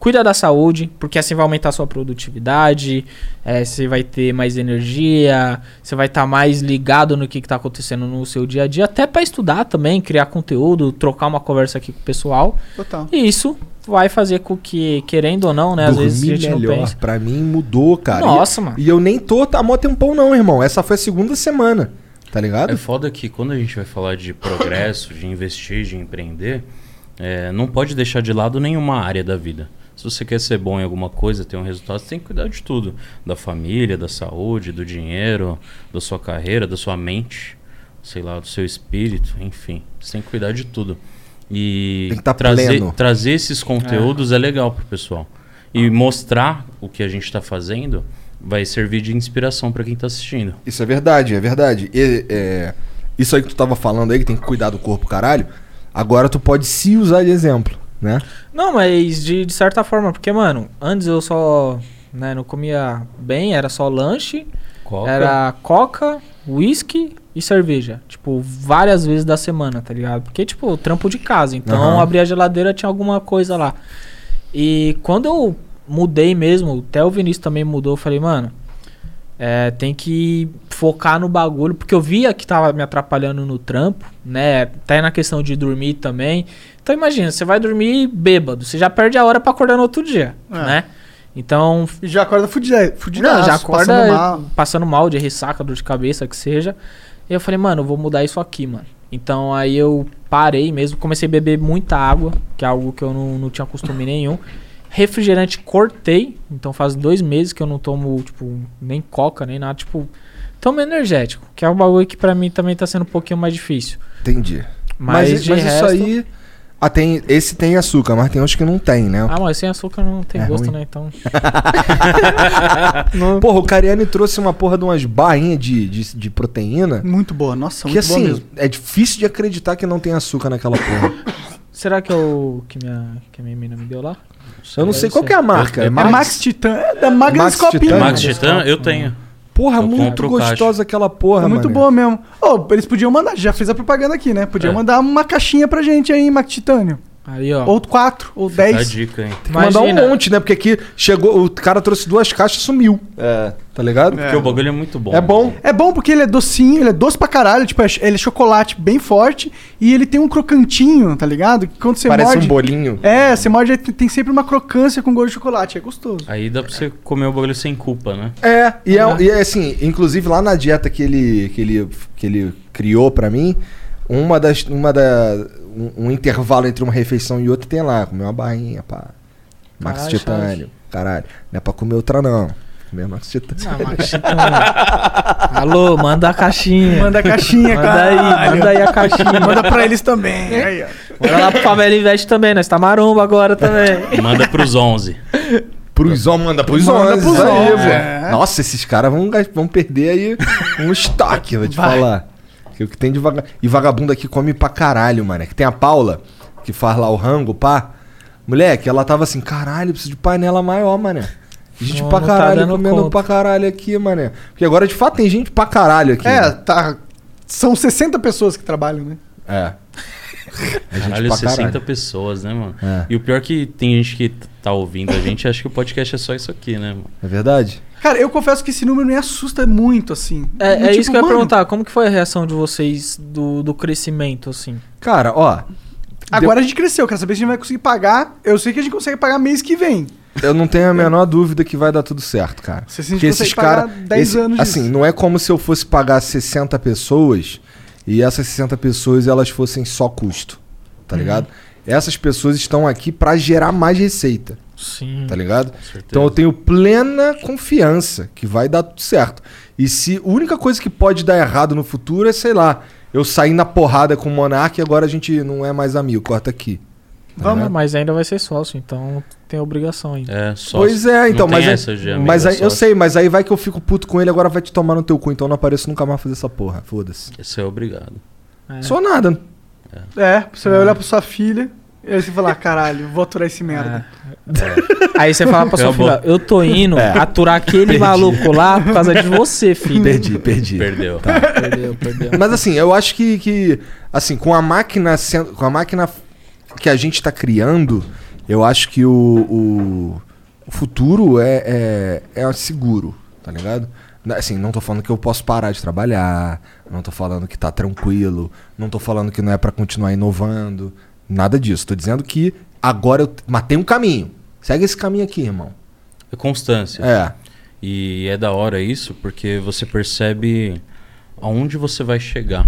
cuida da saúde, porque assim vai aumentar a sua produtividade, eh, você vai ter mais energia, você vai estar mais ligado no que está acontecendo no seu dia a dia, até para estudar também, criar conteúdo, trocar uma conversa aqui com o pessoal. Total. E isso vai fazer com que, querendo ou não, né, às vezes a Dormir gente melhor, não pensa. pra mim mudou, cara. Nossa, e, mano. E eu nem tô tá, há mó tempão não, irmão. Essa foi a segunda semana, tá ligado? É foda que quando a gente vai falar de progresso, de investir, de empreender, é, não pode deixar de lado nenhuma área da vida. Se você quer ser bom em alguma coisa, ter um resultado, você tem que cuidar de tudo. Da família, da saúde, do dinheiro, da sua carreira, da sua mente, sei lá, do seu espírito, enfim. Você tem que cuidar de tudo. E Tem que tá trazer, pleno. trazer esses conteúdos é legal pro pessoal. E mostrar o que a gente está fazendo vai servir de inspiração para quem tá assistindo. Isso é verdade, é verdade. E, é, isso aí que tu tava falando aí, que tem que cuidar do corpo, caralho. Agora tu pode se usar de exemplo, né? Não, mas de, de certa forma, porque, mano, antes eu só né, não comia bem, era só lanche, Coca. era coca, uísque e cerveja. Tipo, várias vezes da semana, tá ligado? Porque, tipo, trampo de casa. Então, Aham. abria a geladeira, tinha alguma coisa lá. E quando eu mudei mesmo, até o Vinícius também mudou, eu falei, mano, é, tem que focar no bagulho, porque eu via que tava me atrapalhando no trampo, né? Até na questão de dormir também. Então imagina, você vai dormir bêbado, você já perde a hora pra acordar no outro dia, É. né? Então. E já acorda fudida, fudidaço, Não, já acorda passando passando mal. mal. de ressaca, dor de cabeça, que seja. E eu falei, mano, eu vou mudar isso aqui, mano. Então aí eu parei mesmo, comecei a beber muita água, que é algo que eu não, não tinha costume nenhum. Refrigerante cortei, então faz dois meses que eu não tomo, tipo, nem coca, nem nada, tipo, tomo energético, que é um bagulho que pra mim também tá sendo um pouquinho mais difícil. Entendi. Mas, de isso resto, aí. Ah, tem, esse tem açúcar, mas tem uns que não tem, né? Ah, mas sem açúcar não tem É gosto, ruim. né? Então. Porra, o Cariani trouxe uma porra de umas barrinhas de, de, de proteína. Muito boa, nossa, que muito boa assim, mesmo. é difícil de acreditar que não tem açúcar naquela porra. Será que eu. que minha, que minha mina me deu lá? Eu não sei qual que é a marca. Eu- eu- É Max Titan, é da Max Magnus Copinho. Titan? Max Titan, eu tenho. Porra, Eu muito compro caixa. gostosa aquela porra, É muito mano. boa mesmo. Ô, eles podiam mandar, já fez a propaganda aqui, né? Podiam É. mandar uma caixinha pra gente aí, Mac Titânio. Aí, ó. Ou quatro, ou Dá dez. dica, hein? Tem que mandar um monte, né? Porque aqui chegou, o cara trouxe duas caixas e sumiu. É. Tá ligado? Porque o bagulho é muito bom. É bom. É bom porque ele é docinho, ele é doce pra caralho, tipo, é ch- ele é chocolate bem forte e ele tem um crocantinho, tá ligado? Que quando você Parece morde... um bolinho. É, você morde, aí tem tem sempre uma crocância com gosto de chocolate, é gostoso. Aí dá pra você comer o bagulho sem culpa, né? É, e é, e é assim, inclusive lá na dieta que ele, que ele, que ele criou pra mim, uma das, uma da, um, um intervalo entre uma refeição e outra tem lá, comer uma barrinha, pá. Max Caralho, Titânio, caralho. Não é pra comer outra não. Comer Max Titânio. Ah, Max Titan. Alô, manda a caixinha. Manda a caixinha, manda caralho. aí, manda aí a caixinha. Manda É pra eles também. né? Aí, ó. Manda lá pro Favela Invest também, nós tá maromba agora também. Manda pros 11. Pros homens, manda pros Manda homens. pros isso aí, homens, pô. é. Nossa, esses caras vão, gas- vão perder aí um estoque, vou te Vai. falar. Que o que tem de vaga... E vagabundo aqui come pra caralho, mano. Que tem a Paula, que faz lá o rango, pá. Moleque, ela tava assim, caralho, preciso de panela maior, mané. Gente Não, pra não tá caralho, dando comendo conta. pra caralho aqui, mané. Porque agora, de fato, tem gente pra caralho aqui. É, tá. São 60 pessoas que trabalham, né? É. É gente Caralho, pra 60 caralho. pessoas, né, mano? É. E o pior é que tem gente que t- tá ouvindo a gente e acha que o podcast é só isso aqui, né, mano? É verdade? Cara, eu confesso que esse número me assusta muito, assim. É, é Tipo, isso que eu ia mano, perguntar, como que foi a reação de vocês do, do crescimento, assim? Cara, ó. Agora a gente cresceu, quero saber se a gente vai conseguir pagar. Eu sei que a gente consegue pagar mês que vem. Eu não tenho a menor dúvida que vai dar tudo certo, cara. Você sente que consegue pagar 10 anos disso. Assim, não é como se eu fosse pagar 60 pessoas e essas 60 pessoas elas fossem só custo, tá Uhum. ligado? Essas pessoas estão aqui pra gerar mais receita. Sim. Tá ligado? Então eu tenho plena confiança que vai dar tudo certo. E se a única coisa que pode dar errado no futuro é, sei lá, eu sair na porrada com o Monark e agora a gente não é mais amigo, corta aqui. Vamos, mas ainda vai ser sócio, então tem obrigação ainda. É, Pois é, então, mas, aí- mas aí, eu sócio. sei, mas aí vai que eu fico puto com ele, agora vai te tomar no teu cu, então eu não apareço nunca mais fazer essa porra, foda-se. Isso é obrigado. Sou nada. É, você vai olhar pra sua filha e aí você vai falar, caralho, vou aturar esse merda. Aí você fala É pra sua Acabou. filha, eu tô indo É. aturar aquele Perdi. maluco lá por causa de você, filho. Perdi, perdi. Perdeu. tá. Perdeu, perdeu. Mas assim, eu acho que, que assim, com a máquina sendo, com a máquina que a gente está criando, eu acho que o, o- o futuro é, é, é seguro, tá ligado? Na- Assim, não tô falando que eu posso parar de trabalhar, não tô falando que tá tranquilo, não tô falando que não é para continuar inovando, nada disso. Tô dizendo que agora eu matei um caminho. Segue esse caminho aqui, irmão. É constância. É. E é da hora isso, porque você percebe aonde você vai chegar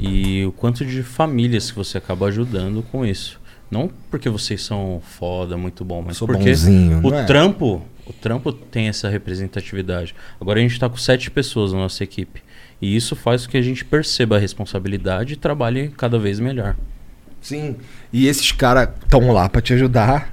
e o quanto de famílias que você acaba ajudando com isso. Não porque vocês são foda, muito bom, mas Sou porque bonzinho, o não é? trampo, o trampo tem essa representatividade. Agora a gente está com sete pessoas na nossa equipe e isso faz com que a gente perceba a responsabilidade e trabalhe cada vez melhor. Sim. E esses caras estão lá para te ajudar a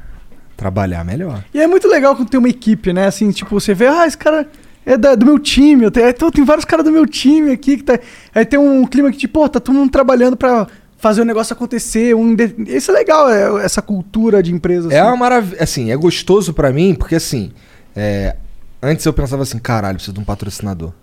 trabalhar melhor. E é muito legal quando tem uma equipe, né? Assim, tipo, você vê, ah, esse cara é da- do meu time. Eu tenho, então, tem vários caras do meu time aqui que tá. Aí tem um clima que, tipo, pô, tá todo mundo trabalhando pra fazer o negócio acontecer. Um de- Isso é legal, é- essa cultura de empresa. É assim. uma maravilha. Assim, é gostoso pra mim, porque assim. é, Antes eu pensava assim, caralho, preciso de um patrocinador.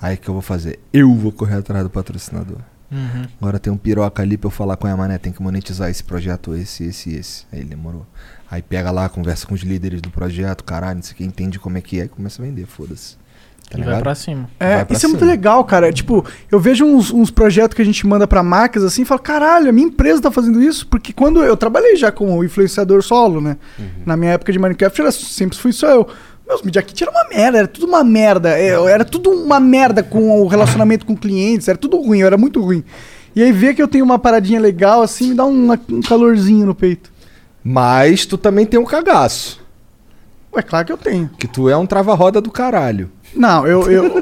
Aí o que eu vou fazer? Eu vou correr atrás do patrocinador. Uhum. Agora tem um piroca ali pra eu falar com a mané, tem que monetizar esse projeto, esse, esse, esse. Aí ele demorou. Aí pega lá, conversa com os líderes do projeto, caralho, não sei o que, entende como é que é e começa a vender, foda-se. Tá E vai ligado? pra cima. É, Vai pra isso é muito cima. legal, cara. Tipo, eu vejo uns, uns projetos que a gente manda pra marcas assim e falo, caralho, a minha empresa tá fazendo isso? Porque quando eu trabalhei já como influenciador solo, né? Uhum. Na minha época de Minecraft, era, sempre fui só eu. Meus Media Kit era uma merda, era tudo uma merda. Eu- Era tudo uma merda com o relacionamento com clientes, era tudo ruim, eu era muito ruim. E aí ver que eu tenho uma paradinha legal assim me dá um, um calorzinho no peito. Mas tu também tem um cagaço. É claro que eu tenho. Que tu é um trava-roda do caralho. Não, eu, eu,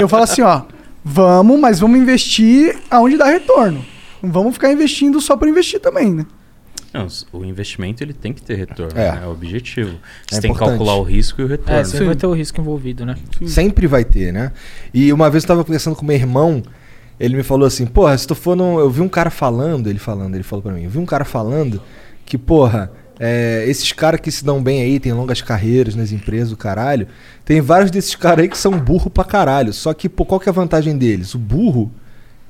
eu falo assim, ó. Vamos, mas vamos investir aonde dá retorno. Não vamos ficar investindo só pra investir também, né? Não, s- o investimento ele tem que ter retorno, É. né? é o objetivo. É Você tem que importante. calcular o risco e o retorno. É, sempre vai ter o risco envolvido, né? Sempre vai ter, né? E uma vez eu tava conversando com meu irmão, ele me falou assim, porra, se tu for num... Eu vi um cara falando, ele falando, ele falou pra mim, eu vi um cara falando que, porra, é, esses caras que se dão bem aí, tem longas carreiras nas empresas, o caralho, tem vários desses caras aí que são burro pra caralho. Só que, pô, qual que é a vantagem deles? O burro,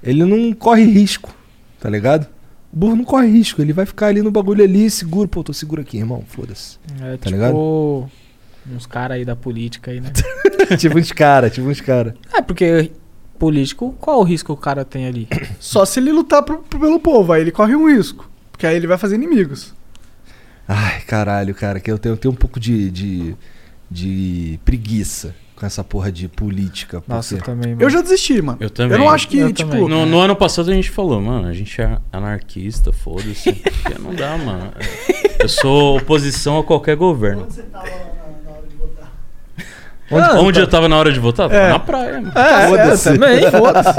ele não corre risco, tá ligado? O burro não corre risco, ele vai ficar ali no bagulho ali, seguro, pô, tô seguro aqui, irmão, foda-se. É, tá tipo, ligado? uns caras aí da política aí, né? tipo uns caras, tipo uns caras. é, porque político, qual o risco que o cara tem ali? Só se ele lutar pro- pro- pelo povo, aí ele corre um risco. Porque aí ele vai fazer inimigos. Ai, caralho, cara, que eu tenho, eu tenho um pouco de, de, de preguiça com essa porra de política. Nossa, eu também, Eu já desisti, mano. Eu também. Eu não acho que, Eu tipo. também. No, no ano passado a gente falou, mano, a gente é anarquista, foda-se. Porque não dá, mano. É, Eu sou oposição a qualquer governo. Onde você tava na, hora de votar? Onde, eu tava na hora de votar? Tava Na praia, mano. Ah, É, Foda-se. eu também, foda-se.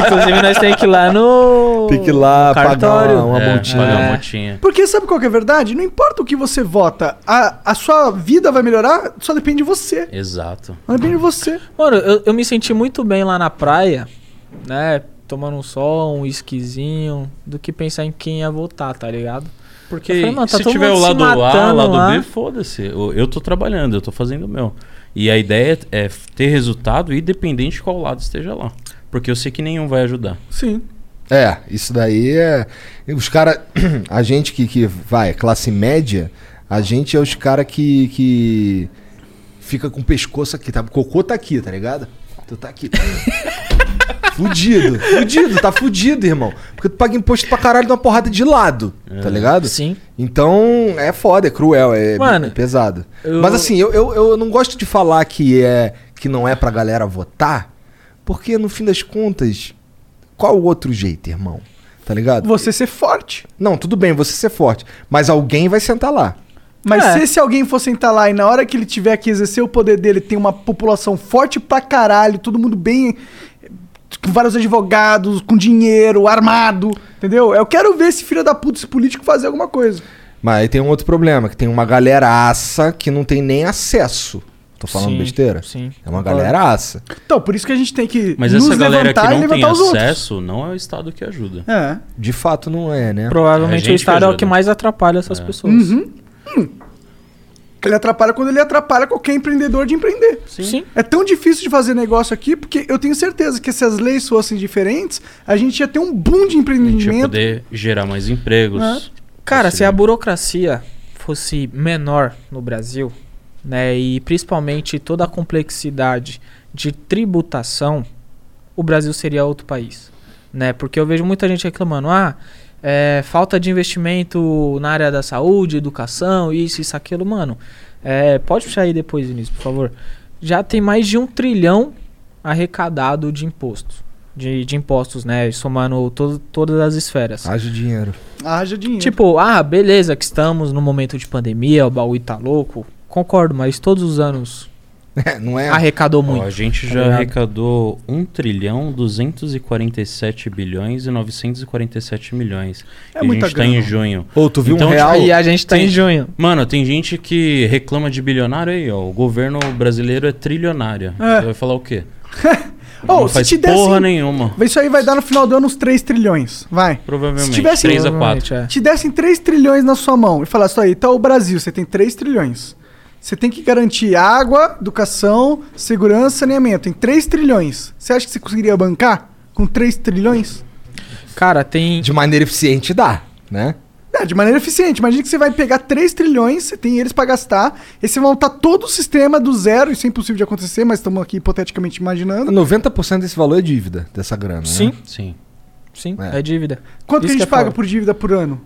Inclusive, nós temos que ir lá no. Tem que ir lá um no cartório. pagar uma, uma É, multinha. pagar uma multinha. Porque sabe qual que é a verdade? Não importa o que você vota, a, a sua vida vai melhorar, só depende de você. Exato. Não depende de você. Mano, eu, eu me senti muito bem lá na praia, né? Tomando um sol, um esquisinho, do que pensar em quem ia votar, tá ligado? Porque Eu falei, "Mano, tá se todo tiver mundo o se lado A, o matando lado lá." B, foda-se. Eu, eu tô trabalhando, eu tô fazendo o meu. E a ideia é ter resultado independente de qual lado esteja lá. Porque eu sei que nenhum vai ajudar. Sim. É, isso daí é. Os caras. A gente que, que vai, classe média, a gente é os caras que, que. Fica com o pescoço aqui, tá? O cocô tá aqui, tá ligado? Tu tá aqui. Fudido. Fudido, tá fudido, irmão. Porque tu paga imposto pra caralho de uma porrada de lado, É. tá ligado? Sim. Então, é foda, é cruel, é, Mano, é pesado. eu- Mas assim, eu, eu, eu não gosto de falar que, é, que não é pra galera votar, porque no fim das contas, qual o outro jeito, irmão? Tá ligado? Você ser forte. Não, tudo bem, você ser forte. Mas alguém vai sentar lá. Mas É. se esse alguém for sentar lá e na hora que ele tiver que exercer o poder dele, tem uma população forte pra caralho, todo mundo bem. Com vários advogados, com dinheiro, armado, entendeu? Eu quero ver esse filho da puta, esse político, fazer alguma coisa. Mas aí tem um outro problema, que tem uma galeraça que não tem nem acesso. Tô falando Sim, besteira? sim. É uma galeraça. Então, por isso que a gente tem que Mas essa galera que levantar e não tem levantar os outros. acesso não é o Estado que ajuda. É. De fato não é, né? Provavelmente o Estado é né? o que mais atrapalha essas É. pessoas. Uhum. Hum. Ele atrapalha quando ele atrapalha qualquer empreendedor de empreender. Sim. Sim. É tão difícil de fazer negócio aqui, porque eu tenho certeza que se as leis fossem diferentes, a gente ia ter um boom de Pra empreendimento. poder gerar mais empregos. É. Cara, se a burocracia fosse menor no Brasil, né, e principalmente toda a complexidade de tributação, o Brasil seria outro país, né? Porque eu vejo muita gente reclamando, ah, é, falta de investimento na área da saúde, educação, isso, isso, aquilo, mano. é, pode puxar aí depois, Vinícius, por favor. Já tem mais de um trilhão arrecadado de impostos, de, de impostos, né? Somando todo- todas as esferas. Haja dinheiro. Haja dinheiro. Tipo, ah, beleza, que estamos num momento de pandemia, o baú tá louco. Concordo, mas todos os anos não é arrecadou Ó, muito. a gente tá já ligado? arrecadou 1 trilhão 247 bilhões e 947 milhões. É e a muita gente tá grana. em junho. Ô, tu viu um tipo, real? E a gente tá em junho. Mano, tem gente que reclama de bilionário aí, ó. O governo brasileiro é trilionário. É. Você vai falar o quê? Ô, não se faz te dessem- porra nenhuma. Isso aí vai dar no final do ano uns 3 trilhões. Vai. Provavelmente. Se tivessem, 3 a 4. Te dessem 3 trilhões na sua mão e falasse, "Ó, aí, tá o Brasil, você tem 3 trilhões. Você tem que garantir água, educação, segurança, saneamento. Em 3 trilhões. Você acha que você conseguiria bancar com 3 trilhões? Cara, tem. De maneira eficiente dá, né? É, de maneira eficiente. Imagina que você vai pegar 3 trilhões, você tem eles pra gastar, e você vai montar todo o sistema do zero, isso é impossível de acontecer, mas estamos aqui hipoteticamente imaginando. 90% desse valor é dívida, dessa grana. Sim. Né? Sim. Sim, É. é, dívida. Quanto Isso que a gente é paga foda. por dívida por ano?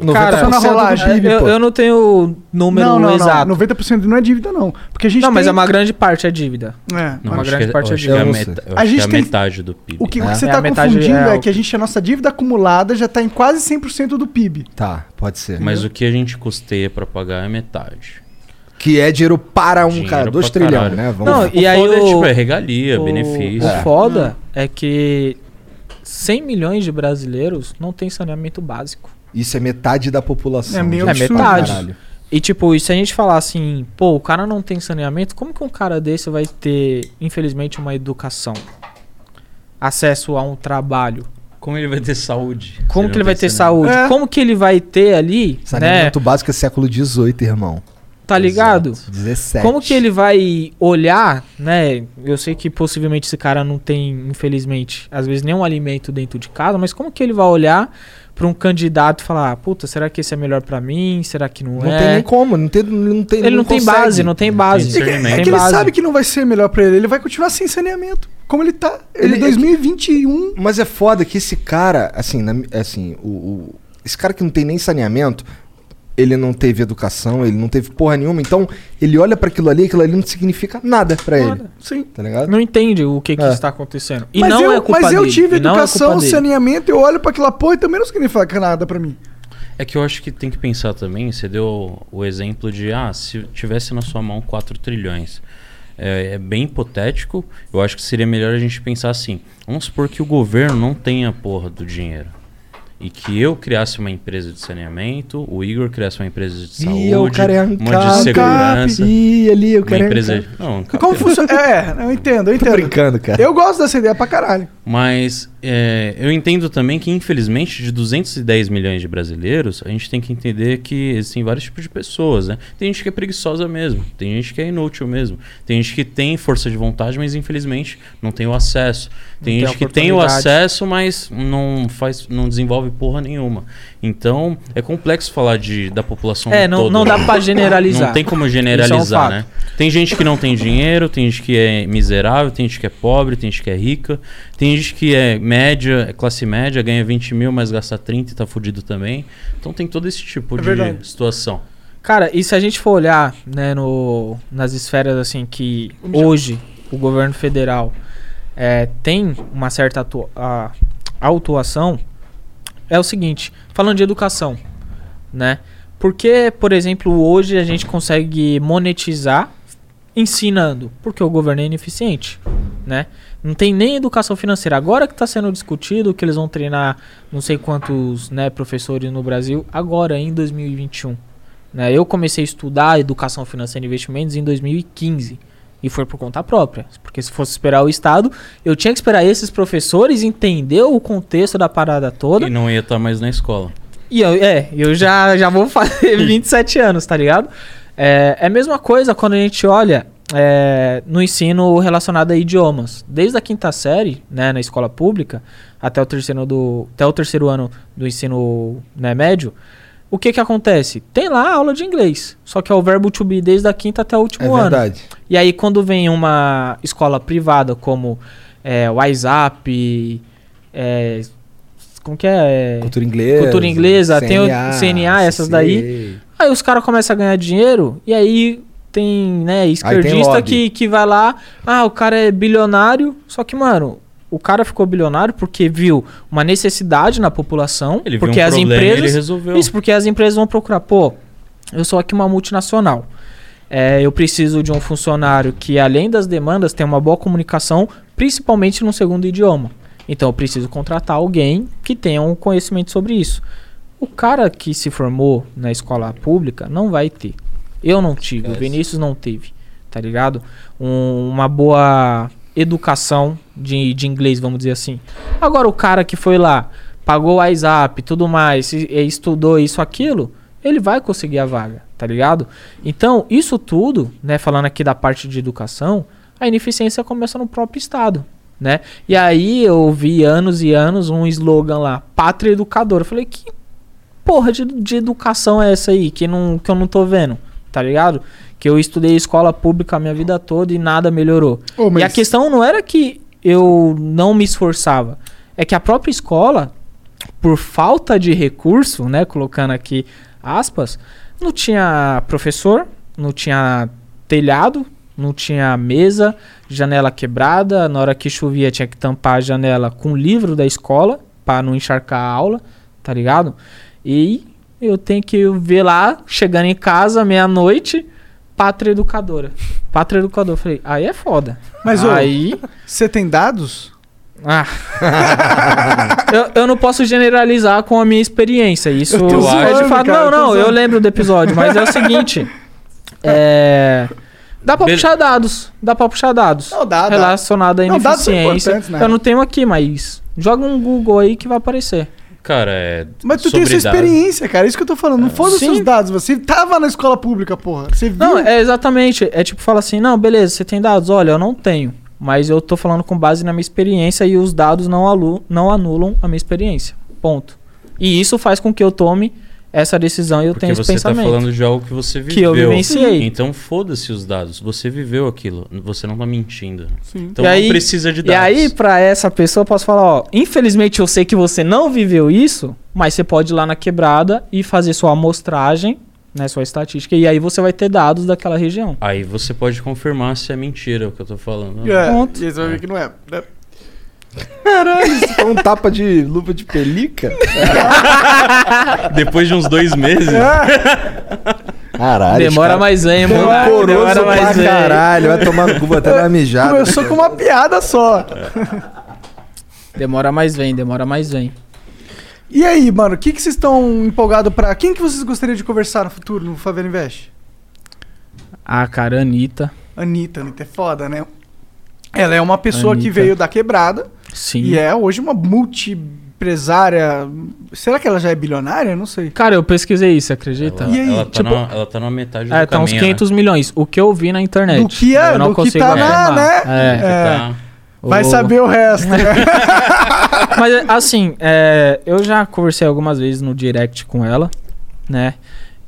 90% só na do rolagem. PIB, É, Eu- pô. eu não tenho número um não, não, exato. Não, 90% não é dívida, não. Porque a gente Não, mas tem- é uma grande parte é dívida. É, Não, uma acho grande que é- parte eu é acho que é a dívida. meta- eu acho que é a metade do PIB. O que, o que É. você É, está a metade confundindo é é, o que a gente, a nossa dívida acumulada já está em quase 100% do PIB. Tá, pode ser. Mas o que a gente custeia pra pagar é metade. Que é dinheiro para um, cara, dois pra trilhões, caralho. né? Não, lá. e aí foda é, o, tipo, é regalia, benefício. O foda é que 100 milhões de brasileiros não tem saneamento básico. Isso é metade da população. É, gente, pra metade. caralho. E tipo, e se a gente falar assim, pô, o cara não tem saneamento, como que um cara desse vai ter, infelizmente, uma educação? Acesso a um trabalho? Como ele vai ter saúde? Como Se que ele não tá vai tem ter saneamento? saúde? É. Como que ele vai ter ali, né? Saneamento básico é século XVIII, irmão. Tá ligado? 17. Como que ele vai olhar, né? Eu sei que possivelmente esse cara não tem, infelizmente, às vezes nenhum alimento dentro de casa, mas como que ele vai olhar pra um candidato e falar, puta, será que esse é melhor pra mim? Será que não, Não é? tem nem como, não tem. Não tem Ele não tem consegue. base, não tem base. É que, é Tem que ele base. sabe que não vai ser melhor para ele. Ele vai continuar sem saneamento. Como ele tá. Ele, Ele- 2021. Mas é foda que esse cara, assim, na mi- assim o, o- esse cara que não tem nem saneamento, ele não teve educação, ele não teve porra nenhuma, então ele olha pra aquilo ali, aquilo ali não significa nada pra ele. Sim. Tá ligado? Não entende o que, que É. está acontecendo. E mas não eu, é culpa mas eu dele, tive e não é educação, culpa dele. saneamento, eu olho para aquela porra e também não significa nada para mim. É que eu acho que tem que pensar também, você deu o exemplo de, ah, se tivesse na sua mão 4 trilhões. É, é bem hipotético, eu acho que seria melhor a gente pensar assim, vamos supor que o governo não tenha a porra do dinheiro. E que eu criasse uma empresa de saneamento, o Igor criasse uma empresa de saúde, Ih, o cara é uma ANCAP. de segurança. Ih, ali, eu uma quero empresa ANCAP. Não, ANCAP Como é- funciona? É, eu entendo, eu entendo. brincando, cara. Eu gosto dessa ideia pra caralho. Mas é, eu entendo também que, infelizmente, de 210 milhões de brasileiros, a gente tem que entender que existem vários tipos de pessoas, né? Tem gente que é preguiçosa mesmo, tem gente que é inútil mesmo, tem gente que tem força de vontade, mas infelizmente não tem o acesso. Tem Não tem gente que tem o oportunidade. acesso, mas não faz, não desenvolve porra nenhuma. Então, é complexo falar de, da população É, não- toda, não dá né? pra generalizar. Não tem como Isso é um generalizar, fato. né? Tem gente que não tem dinheiro, tem gente que é miserável, tem gente que é pobre, tem gente que é rica, tem gente que é média, é classe média, ganha 20 mil, mas gasta 30 e tá fudido também. Então tem todo esse tipo É de verdade. situação. Cara, e se a gente for olhar né, no, nas esferas assim que Vamos já. hoje o governo federal é, tem uma certa atua- a- autuação, é o seguinte, falando de educação, né? Porque, por exemplo, hoje a gente consegue monetizar ensinando, porque o governo é ineficiente, né? Não tem nem educação financeira. Agora que está sendo discutido que eles vão treinar não sei quantos né, professores no Brasil, agora em 2021. Né? Eu comecei a estudar educação financeira e investimentos em 2015. E foi por conta própria. Porque se fosse esperar o Estado, eu tinha que esperar esses professores entender o contexto da parada toda. E não ia estar mais na escola. E eu, é, eu já, já vou fazer 27 anos, tá ligado? É, é a mesma coisa quando a gente olha é, no ensino relacionado a idiomas. Desde a quinta série, né, na escola pública, até o terceiro, do, até o terceiro ano do ensino né, médio, o que que acontece? Tem lá a aula de inglês, só que é o verbo to be desde a quinta até o último É ano. verdade. E aí quando vem uma escola privada como é, WhatsApp, é, como que é? Cultura inglesa, Cultura inglesa, tem CNA, o CNA, essas daí. Aí os caras começam a ganhar dinheiro e aí tem, né, esquerdista lobby. que, que vai lá, ah, o cara é bilionário, só que, mano, o cara ficou bilionário porque viu uma necessidade na população, Ele viu porque um as problema e ele empresas... resolveu. Isso, porque as empresas vão procurar, pô, eu sou aqui uma multinacional. É, eu preciso de um funcionário que, além das demandas, tenha uma boa comunicação, principalmente no segundo idioma. Então, eu preciso contratar alguém que tenha um conhecimento sobre isso. O cara que se formou na escola pública não vai ter. Eu não tive, o Esquece. Vinícius não teve, tá ligado? Um- uma boa educação de, de inglês, vamos dizer assim. Agora, o cara que foi lá, pagou o WhatsApp tudo mais, e- e estudou isso, aquilo, ele vai conseguir a vaga, tá ligado? Então, isso tudo, né, falando aqui da parte de educação, a ineficiência começa no próprio Estado, né? E aí eu vi anos e anos um slogan lá, pátria educadora. Eu falei, que porra de, de educação é essa aí que, não, que eu não tô vendo, tá ligado? Que eu estudei escola pública a minha vida toda e nada melhorou. Ô, mas- E a questão não era que eu não me esforçava, é que a própria escola, por falta de recurso, né, colocando aqui aspas, não tinha professor, não tinha telhado, não tinha mesa, janela quebrada, na hora que chovia tinha que tampar a janela com o livro da escola para não encharcar a aula, tá ligado? E eu tenho que ver lá, chegando em casa, meia-noite, pátria educadora. Pátria educadora. Eu Falei, aí é foda. Mas ô, aí. Você tem dados? Ah. eu, eu não posso generalizar com a minha experiência. Isso Eu tô é zoando, de fato. cara, eu tô não, não, eu zoando. lembro do episódio, mas é o seguinte. É. Dá pra Bele- puxar dados. Dá pra puxar dados. Não, dá, dá. Relacionado à Não, dados são ineficiência. importantes, né? Eu não tenho aqui, mas. Joga um Google aí que vai aparecer. Cara, é. Mas tu sobre tem sua dados. experiência, cara. é Isso que eu tô falando. Não foda os É. Sim. seus dados. Você tava na escola pública, porra. Você viu? Não, é exatamente. É tipo, fala assim, não, beleza, você tem dados? Olha, eu não tenho. Mas eu tô falando com base na minha experiência e os dados não, alu não anulam a minha experiência. Ponto. E isso faz com que eu tome essa decisão e eu Porque tenha esse você tá pensamento. falando de algo que você viveu. Que eu vivenciei. Então foda-se os dados. Você viveu aquilo. Você não tá mentindo. Então E não aí- precisa de E dados. aí, pra essa pessoa, eu posso falar, ó, infelizmente eu sei que você não viveu isso, mas você pode ir lá na quebrada e fazer sua amostragem, né, sua estatística, e aí você vai ter dados daquela região. Aí você pode confirmar se é mentira o que eu tô falando. É, Ponto. E aí você vai ver que não é. né? Caralho, isso foi um tapa de luva de pelica? Depois de uns É. dois meses. Caralho. Demora cara- mais, hein, mano? Rancoroso Demora pra mais, hein? caralho. Ah, Vai tomar no cu, vou até dar uma mijada. Começou com uma piada só. Demora mais vem, demora mais vem. E aí, mano, o que, que vocês estão empolgados pra. Quem que vocês gostariam de conversar no futuro no Favela Invest? Ah, cara, Anitta. Anitta, Anitta é foda, né? Ela é uma pessoa que Anitta. veio da quebrada Sim. e é hoje uma multi-empresária. Será que ela já é bilionária? Eu Não sei. Cara, eu pesquisei isso, acredita? Ela- E aí, Ela tá, tipo, na, ela tá na metade do é, tá uns caminho, 500 milhões. O que eu vi na internet. Do que é, eu não do que consigo tá na, afirmar. Né? né? É. É. tá- Vai saber o resto. né? Mas assim, é, eu já conversei algumas vezes no direct com ela, né?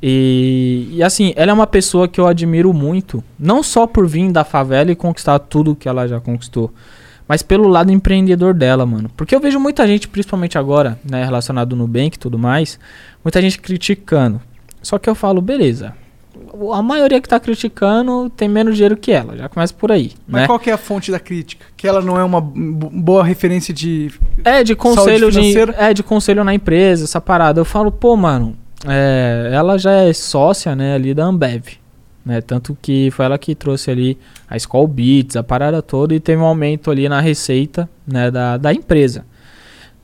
E, e, assim, ela é uma pessoa que eu admiro muito, não só por vir da favela e conquistar tudo que ela já conquistou, mas pelo lado empreendedor dela, mano. Porque eu vejo muita gente, principalmente agora, né, relacionado no Nubank e tudo mais, muita gente criticando. Só que eu falo, beleza. A maioria que tá criticando tem menos dinheiro que ela, já começa por aí. Mas né? qual que é a fonte da crítica? Que ela não é uma bo- boa referência de. É, de conselho saúde de, financeira? é, de conselho na empresa, essa parada. Eu falo, pô, mano, é, ela já é sócia, né, ali da Ambev. Né? Tanto que foi ela que trouxe ali a Skull Beats, a parada toda, e teve um aumento ali na receita né, da, da empresa.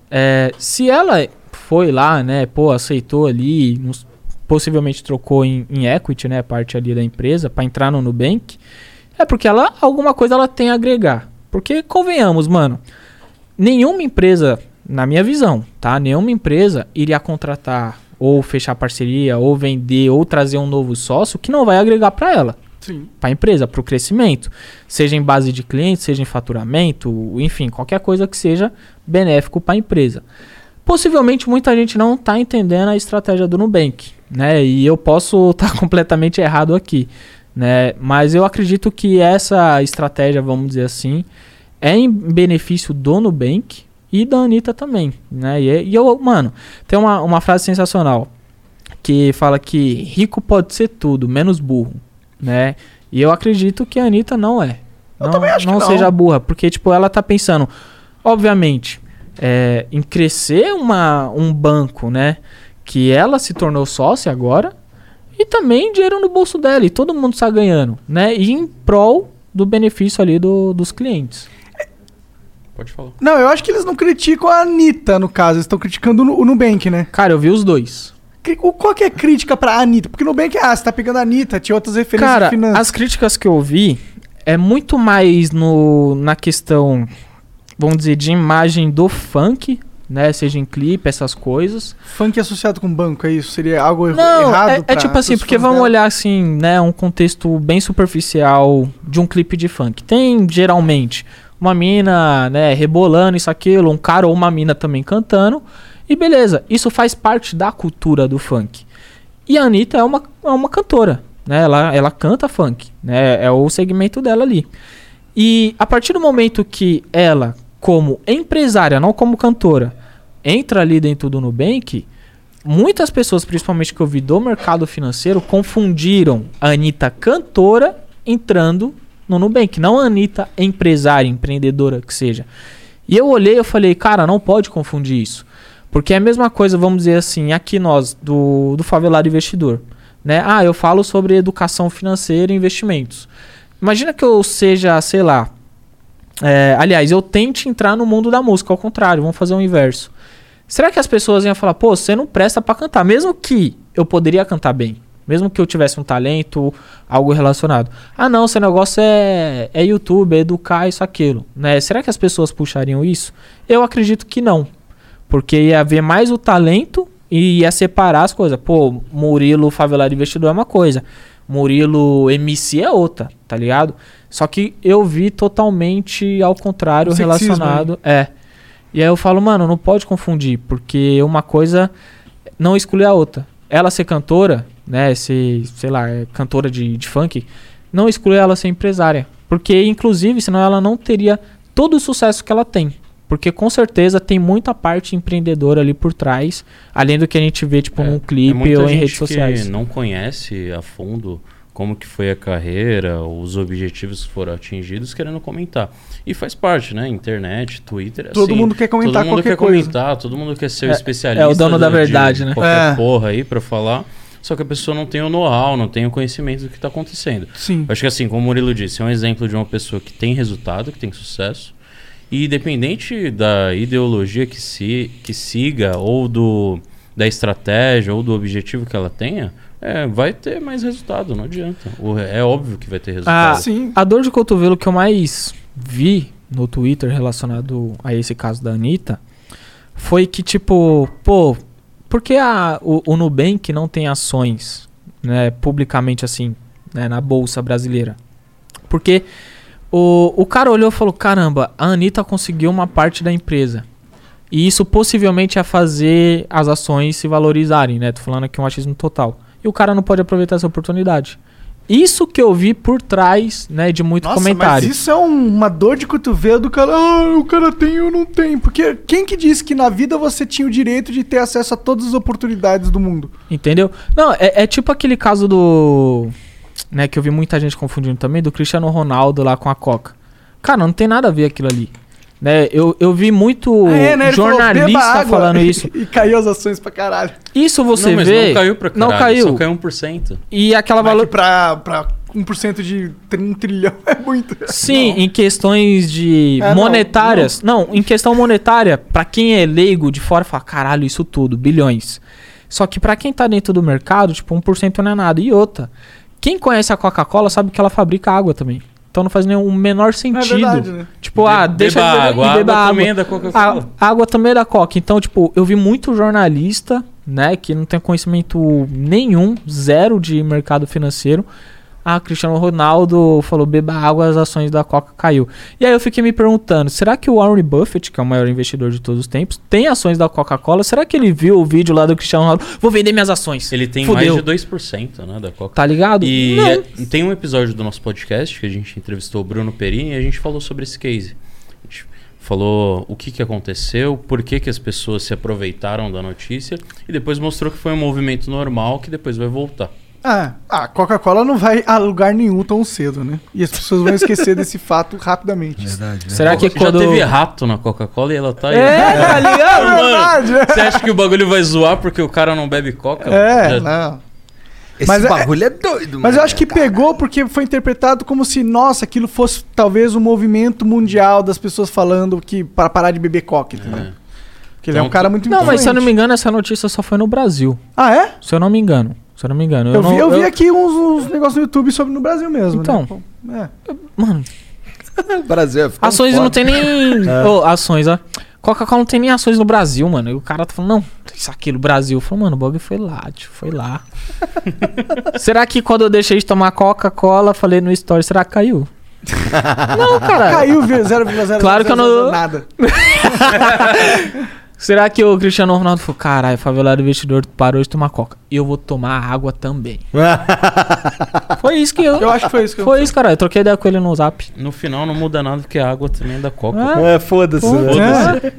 É, se ela foi lá, né, pô, aceitou ali, nos- possivelmente trocou em, em equity, né, parte ali da empresa, para entrar no Nubank, é porque ela alguma coisa ela tem a agregar. Porque, convenhamos, mano, nenhuma empresa, na minha visão, tá? Nenhuma empresa iria contratar ou fechar parceria, ou vender, ou trazer um novo sócio que não vai agregar para ela. Sim. Para a empresa, para o crescimento. Seja em base de clientes, seja em faturamento, enfim, qualquer coisa que seja benéfico para a empresa. Possivelmente muita gente não está entendendo a estratégia do Nubank, né? E eu posso estar completamente errado aqui, né? Mas eu acredito que essa estratégia, vamos dizer assim, é em benefício do Nubank e da Anitta também, né? E, é- e eu, mano, tem uma, uma frase sensacional que fala que rico pode ser tudo, menos burro, né? E eu acredito que a Anitta não é. Eu não, também acho não que não. seja burra, porque, tipo, ela tá pensando, obviamente, é, em crescer uma, um banco, né? Que ela se tornou sócia agora, e também dinheiro no bolso dela, e todo mundo está ganhando, né? E em prol do benefício ali do, dos clientes. Pode falar. Não, eu acho que eles não criticam a Anitta, no caso. Eles estão criticando o Nu- o Nubank, né? Cara, eu vi os dois. Qual que é a crítica pra Anitta? Porque o Nubank, ah, você tá pegando a Anitta, tinha outras referências Cara, de finanças. as críticas que eu vi é muito mais no, na questão, vamos dizer, de imagem do funk, né? Seja em clipe, essas coisas. Funk associado com banco, é isso? Seria algo erro- Não, errado? é, é pra- tipo assim, pros porque fãs vamos dela? olhar assim, né, um contexto bem superficial de um clipe de funk. Tem geralmente uma mina, né, rebolando isso aquilo, um cara ou uma mina também cantando. E beleza, isso faz parte da cultura do funk. E a Anitta é uma, é uma cantora, né? Ela, ela canta funk, né? É o segmento dela ali. E a partir do momento que ela, como empresária, não como cantora, entra ali dentro do Nubank, muitas pessoas, principalmente que eu vi do mercado financeiro, confundiram a Anitta cantora entrando no Nubank, não a Anitta empresária, empreendedora que seja. E eu olhei e falei, cara, não pode confundir isso. Porque é a mesma coisa, vamos dizer assim, aqui nós, do, do favelado investidor. Né? Ah, eu falo sobre educação financeira e investimentos. Imagina que eu seja, sei lá, é, aliás, eu tente entrar no mundo da música, ao contrário, vamos fazer o inverso. Será que as pessoas iam falar, pô, você não presta pra cantar, mesmo que eu poderia cantar bem, mesmo que eu tivesse um talento, algo relacionado. Ah, não, seu negócio é, é YouTube, é educar, isso, aquilo. Né? Será que as pessoas puxariam isso? Eu acredito que não, porque ia haver mais o talento e ia separar as coisas. Pô, Murilo Favelado Investidor é uma coisa. Murilo MC é outra, tá ligado? Só que eu vi totalmente ao contrário O sexismo, relacionado. É. E aí eu falo, mano, não pode confundir, porque uma coisa não exclui a outra. Ela ser cantora, né? Ser, sei lá, é cantora de, de funk, não exclui ela ser empresária. Porque, inclusive, senão ela não teria todo o sucesso que ela tem. Porque com certeza tem muita parte empreendedora ali por trás, além do que a gente vê, tipo, num É clipe muita ou em gente redes sociais. que não conhece a fundo como que foi a carreira, os objetivos que foram atingidos, querendo comentar. E faz parte, né? Internet, Twitter, assim, Todo mundo quer comentar todo mundo qualquer quer coisa. comentar, todo mundo quer ser o É- especialista. é o dono da de- de verdade, né? Qualquer É. porra aí pra falar. Só que a pessoa não tem o know-how, não tem o conhecimento do que tá acontecendo. Sim. Acho que assim, como o Murilo disse, é um exemplo de uma pessoa que tem resultado, que tem sucesso. E independente da ideologia que, se, que siga, ou do, da estratégia, ou do objetivo que ela tenha, é, vai ter mais resultado, não adianta. O- é óbvio que vai ter A, resultado. a dor de cotovelo que eu mais vi no Twitter relacionado a esse caso da Anitta foi que, tipo, pô, por que a, o, o Nubank não tem ações né, publicamente assim, né, na Bolsa Brasileira? Porque o, o cara olhou e falou: caramba, a Anitta conseguiu uma parte da empresa. E isso possivelmente ia fazer as ações se valorizarem, né? Tô falando aqui um achismo total. E o cara não pode aproveitar essa oportunidade. Isso que eu vi por trás, né, de muito Nossa, comentário. mas isso é um- uma dor de cotovelo do cara. Ah, o cara tem ou não tem. Porque quem que disse que na vida você tinha o direito de ter acesso a todas as oportunidades do mundo? Entendeu? Não, é, é tipo aquele caso do. Né, que eu vi muita gente confundindo também, do Cristiano Ronaldo lá com a Coca. Cara, não tem nada a ver aquilo ali. Né, eu, eu vi muito Ah, é, né? Ele falou, "Beba jornalista água." falando isso. Tá e caiu as ações pra caralho. Isso você não, mas vê. não caiu pra caralho, Não caiu. Só caiu 1%. E aquela valor. Pra, pra 1% de 1 trilhão é muito. Sim, em questões de É, não, monetárias. Não, em questão monetária, pra quem é leigo de fora, fala, caralho, isso tudo, bilhões. Só que pra quem tá dentro do mercado, tipo, 1% não é nada. E outra, quem conhece a Coca-Cola sabe que ela fabrica água também. Então não faz nenhum menor sentido. verdade, né? Tipo, ah, deixa beba de beber- água, e beba água água. também é da Coca-Cola. A, a água também é da Coca. Então, tipo, eu vi muito jornalista, né, que não tem conhecimento nenhum, zero de mercado financeiro. Ah, Cristiano Ronaldo falou: beba água, as ações da Coca caiu. E aí eu fiquei me perguntando: será que o Warren Buffett, que é o maior investidor de todos os tempos, tem ações da Coca-Cola? Será que ele viu o vídeo lá do Cristiano Ronaldo? Vou vender minhas ações. Ele tem Fudeu. mais de 2%, né, da Coca. Tá ligado? E Não. é- tem um episódio do nosso podcast que a gente entrevistou o Bruno Perini e a gente falou sobre esse case. A gente falou o que, que aconteceu, por que, que as pessoas se aproveitaram da notícia e depois mostrou que foi um movimento normal que depois vai voltar. É. Ah, a Coca-Cola não vai a lugar nenhum tão cedo, né? E as pessoas vão esquecer desse fato rapidamente. Verdade. Será que Já quando- teve rato na Coca-Cola e ela tá aí? É, tá ligado? Mano, Verdade, é. Você acha que o bagulho vai zoar porque o cara não bebe Coca? É, Já- não. Esse bagulho é doido, Mas eu acho que pegou porque foi interpretado como se, nossa, aquilo fosse talvez um movimento mundial das pessoas falando que para parar de beber coca, entendeu? Porque ele é um cara muito Não, mas se eu não influente. me engano, essa notícia só foi no Brasil. Ah, é? Se eu não me engano. Se eu não me engano. Eu, vi, não- eu vi aqui uns, uns negócios no YouTube sobre no Brasil mesmo. Então. né? Pô, Mano. Brasil é Ações não tem nem. É. Ô, ações, ó. Coca-Cola não tem nem ações no Brasil, mano. E o cara tá falando, não, isso aqui no Brasil. Eu falo, mano, o bagulho foi lá, tio, foi lá. será que quando eu deixei de tomar Coca-Cola, falei no story, será que caiu? não, cara. Caiu 0,0 Claro que eu não- nada. Será que o Cristiano Ronaldo falou, caralho, favelado investidor parou de tomar Coca. Eu vou tomar água também. foi isso que eu. Eu acho que foi isso que eu- Foi isso, cara. Eu troquei ideia com ele no zap. No final não muda nada porque a água também é da Coca. Ah. É, foda-se, né? Foda-se.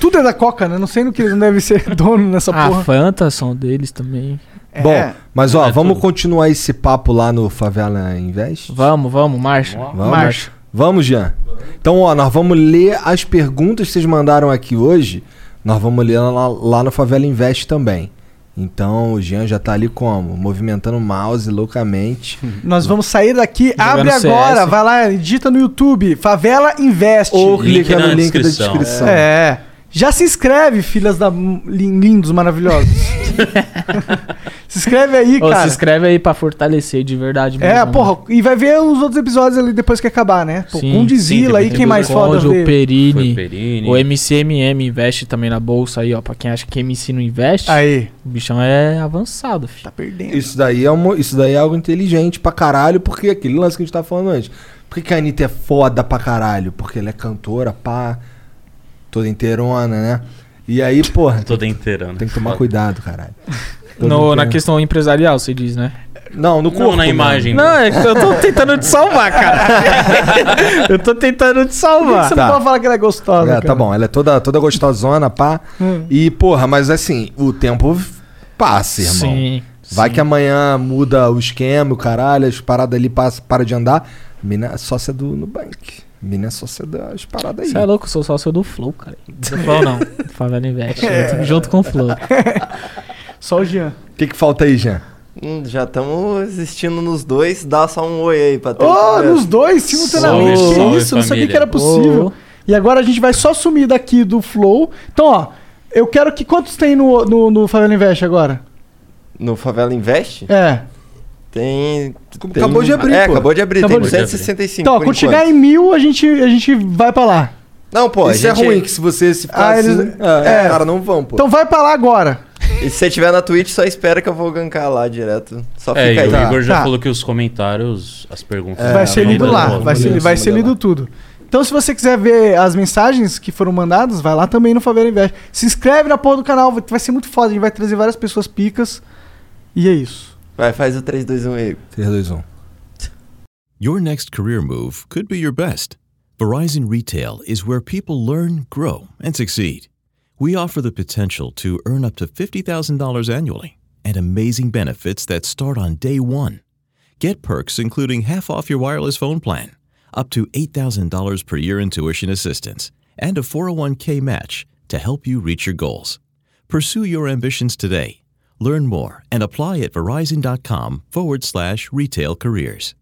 Tudo é da coca, né? Não sei no que eles não devem ser dono nessa A porra. Fanta são deles também. Bom, mas ó, vamos continuar esse papo lá no Favela Invest? Vamos, vamos, marcha. Vamos, Marcha. Vamos, Jean. Então, ó, nós vamos ler as perguntas que vocês mandaram aqui hoje. Nós vamos ler lá, lá no Favela Invest também. Então, o Jean já tá ali como? Movimentando o mouse loucamente. Nós vamos sair daqui. Abre CS. agora, vai lá, digita no YouTube. Favela Invest. Ou Link clica na no link da descrição. descrição. É. Já se inscreve, filhas da lin- lindos, maravilhosos. se inscreve aí, Ô, cara. se inscreve aí pra fortalecer de verdade mesmo. É, né? porra, e vai ver os outros episódios ali depois que acabar, né? Pô, Sim, Condizila aí, sim, teve quem mais foda Conde, vê? o Perini, Foi Perini. O MCMM investe também na bolsa aí, ó. Pra quem acha que MC não investe. Aí. O bichão é avançado, filho. Tá perdendo. Isso daí, é uma- isso daí é algo inteligente pra caralho, porque aquele lance que a gente tava falando antes. Por que que a Anitta é foda pra caralho? Porque ela é cantora, pá, toda inteirona, né? E aí, porra, Toda inteira, né? tem que tomar cuidado, caralho. Toda No, na inteirona. questão empresarial, você diz, né? Não, no corpo, na né? imagem. Não, é que eu tô tentando te salvar, cara. eu tô tentando te Por que salvar. que você não pode falar que ela é gostosa? Tá. É, tá cara? bom, ela é toda, toda gostosona, pá. Hum. E, porra, mas assim, o tempo passa, irmão. Sim, Vai que amanhã muda o esquema, o caralho, as paradas ali passa, para de andar. Mina é sócia do Nubank. Mina é sócia das paradas aí. Você é louco, eu sou sócio do Flow, cara. Do Flow não, do Favela Invest, junto, junto com o Flow. Só o Jean. O que, que falta aí, Jean? Hum, já estamos existindo nos dois, dá só um oi aí pra ter. Oh, nos dois, simultaneamente. Salve, que salve, isso, não sabia família. que era possível. Oh. E agora a gente vai só sumir daqui do Flow. Então, ó, eu quero que. Quantos tem no, no, no Favela Invest agora? No Favela Invest? É. Tem, tem- Acabou de abrir, É, pô. acabou de abrir, Acabou tem de- 265. Então, ó, por quando enquanto. chegar em mil, a gente, a gente vai pra lá. Não, pô, a Isso é gente- ruim, que se você se ficar Ah, assim, eles- é, é. os caras não vão, pô. Então vai pra lá agora. E se você tiver na Twitch, só espera que eu vou gankar lá direto. Só É, e fica aí. o Igor já falou que os comentários, as perguntas... Tá, É. vai ser lido não lá, rolam. vai ser, vai ser lido tudo. Então, se você quiser ver as mensagens que foram mandadas, vai lá também no Favela Invest. Se inscreve na porra do canal, vai- vai ser muito foda. A gente vai trazer várias pessoas picas. E é isso. um, Vai, faz o 3, 2, 1 aí. 3, 2, 1. Your next career move could be your best. Verizon Retail is where people learn, grow, and succeed. We offer the potential to earn up to $50,000 annually and amazing benefits that start on day one. Get perks including half off your wireless phone plan, up to $8,000 per year in tuition assistance, and a 401k match to help you reach your goals. Pursue your ambitions today. Learn more and apply at verizon.com forward slash retail careers.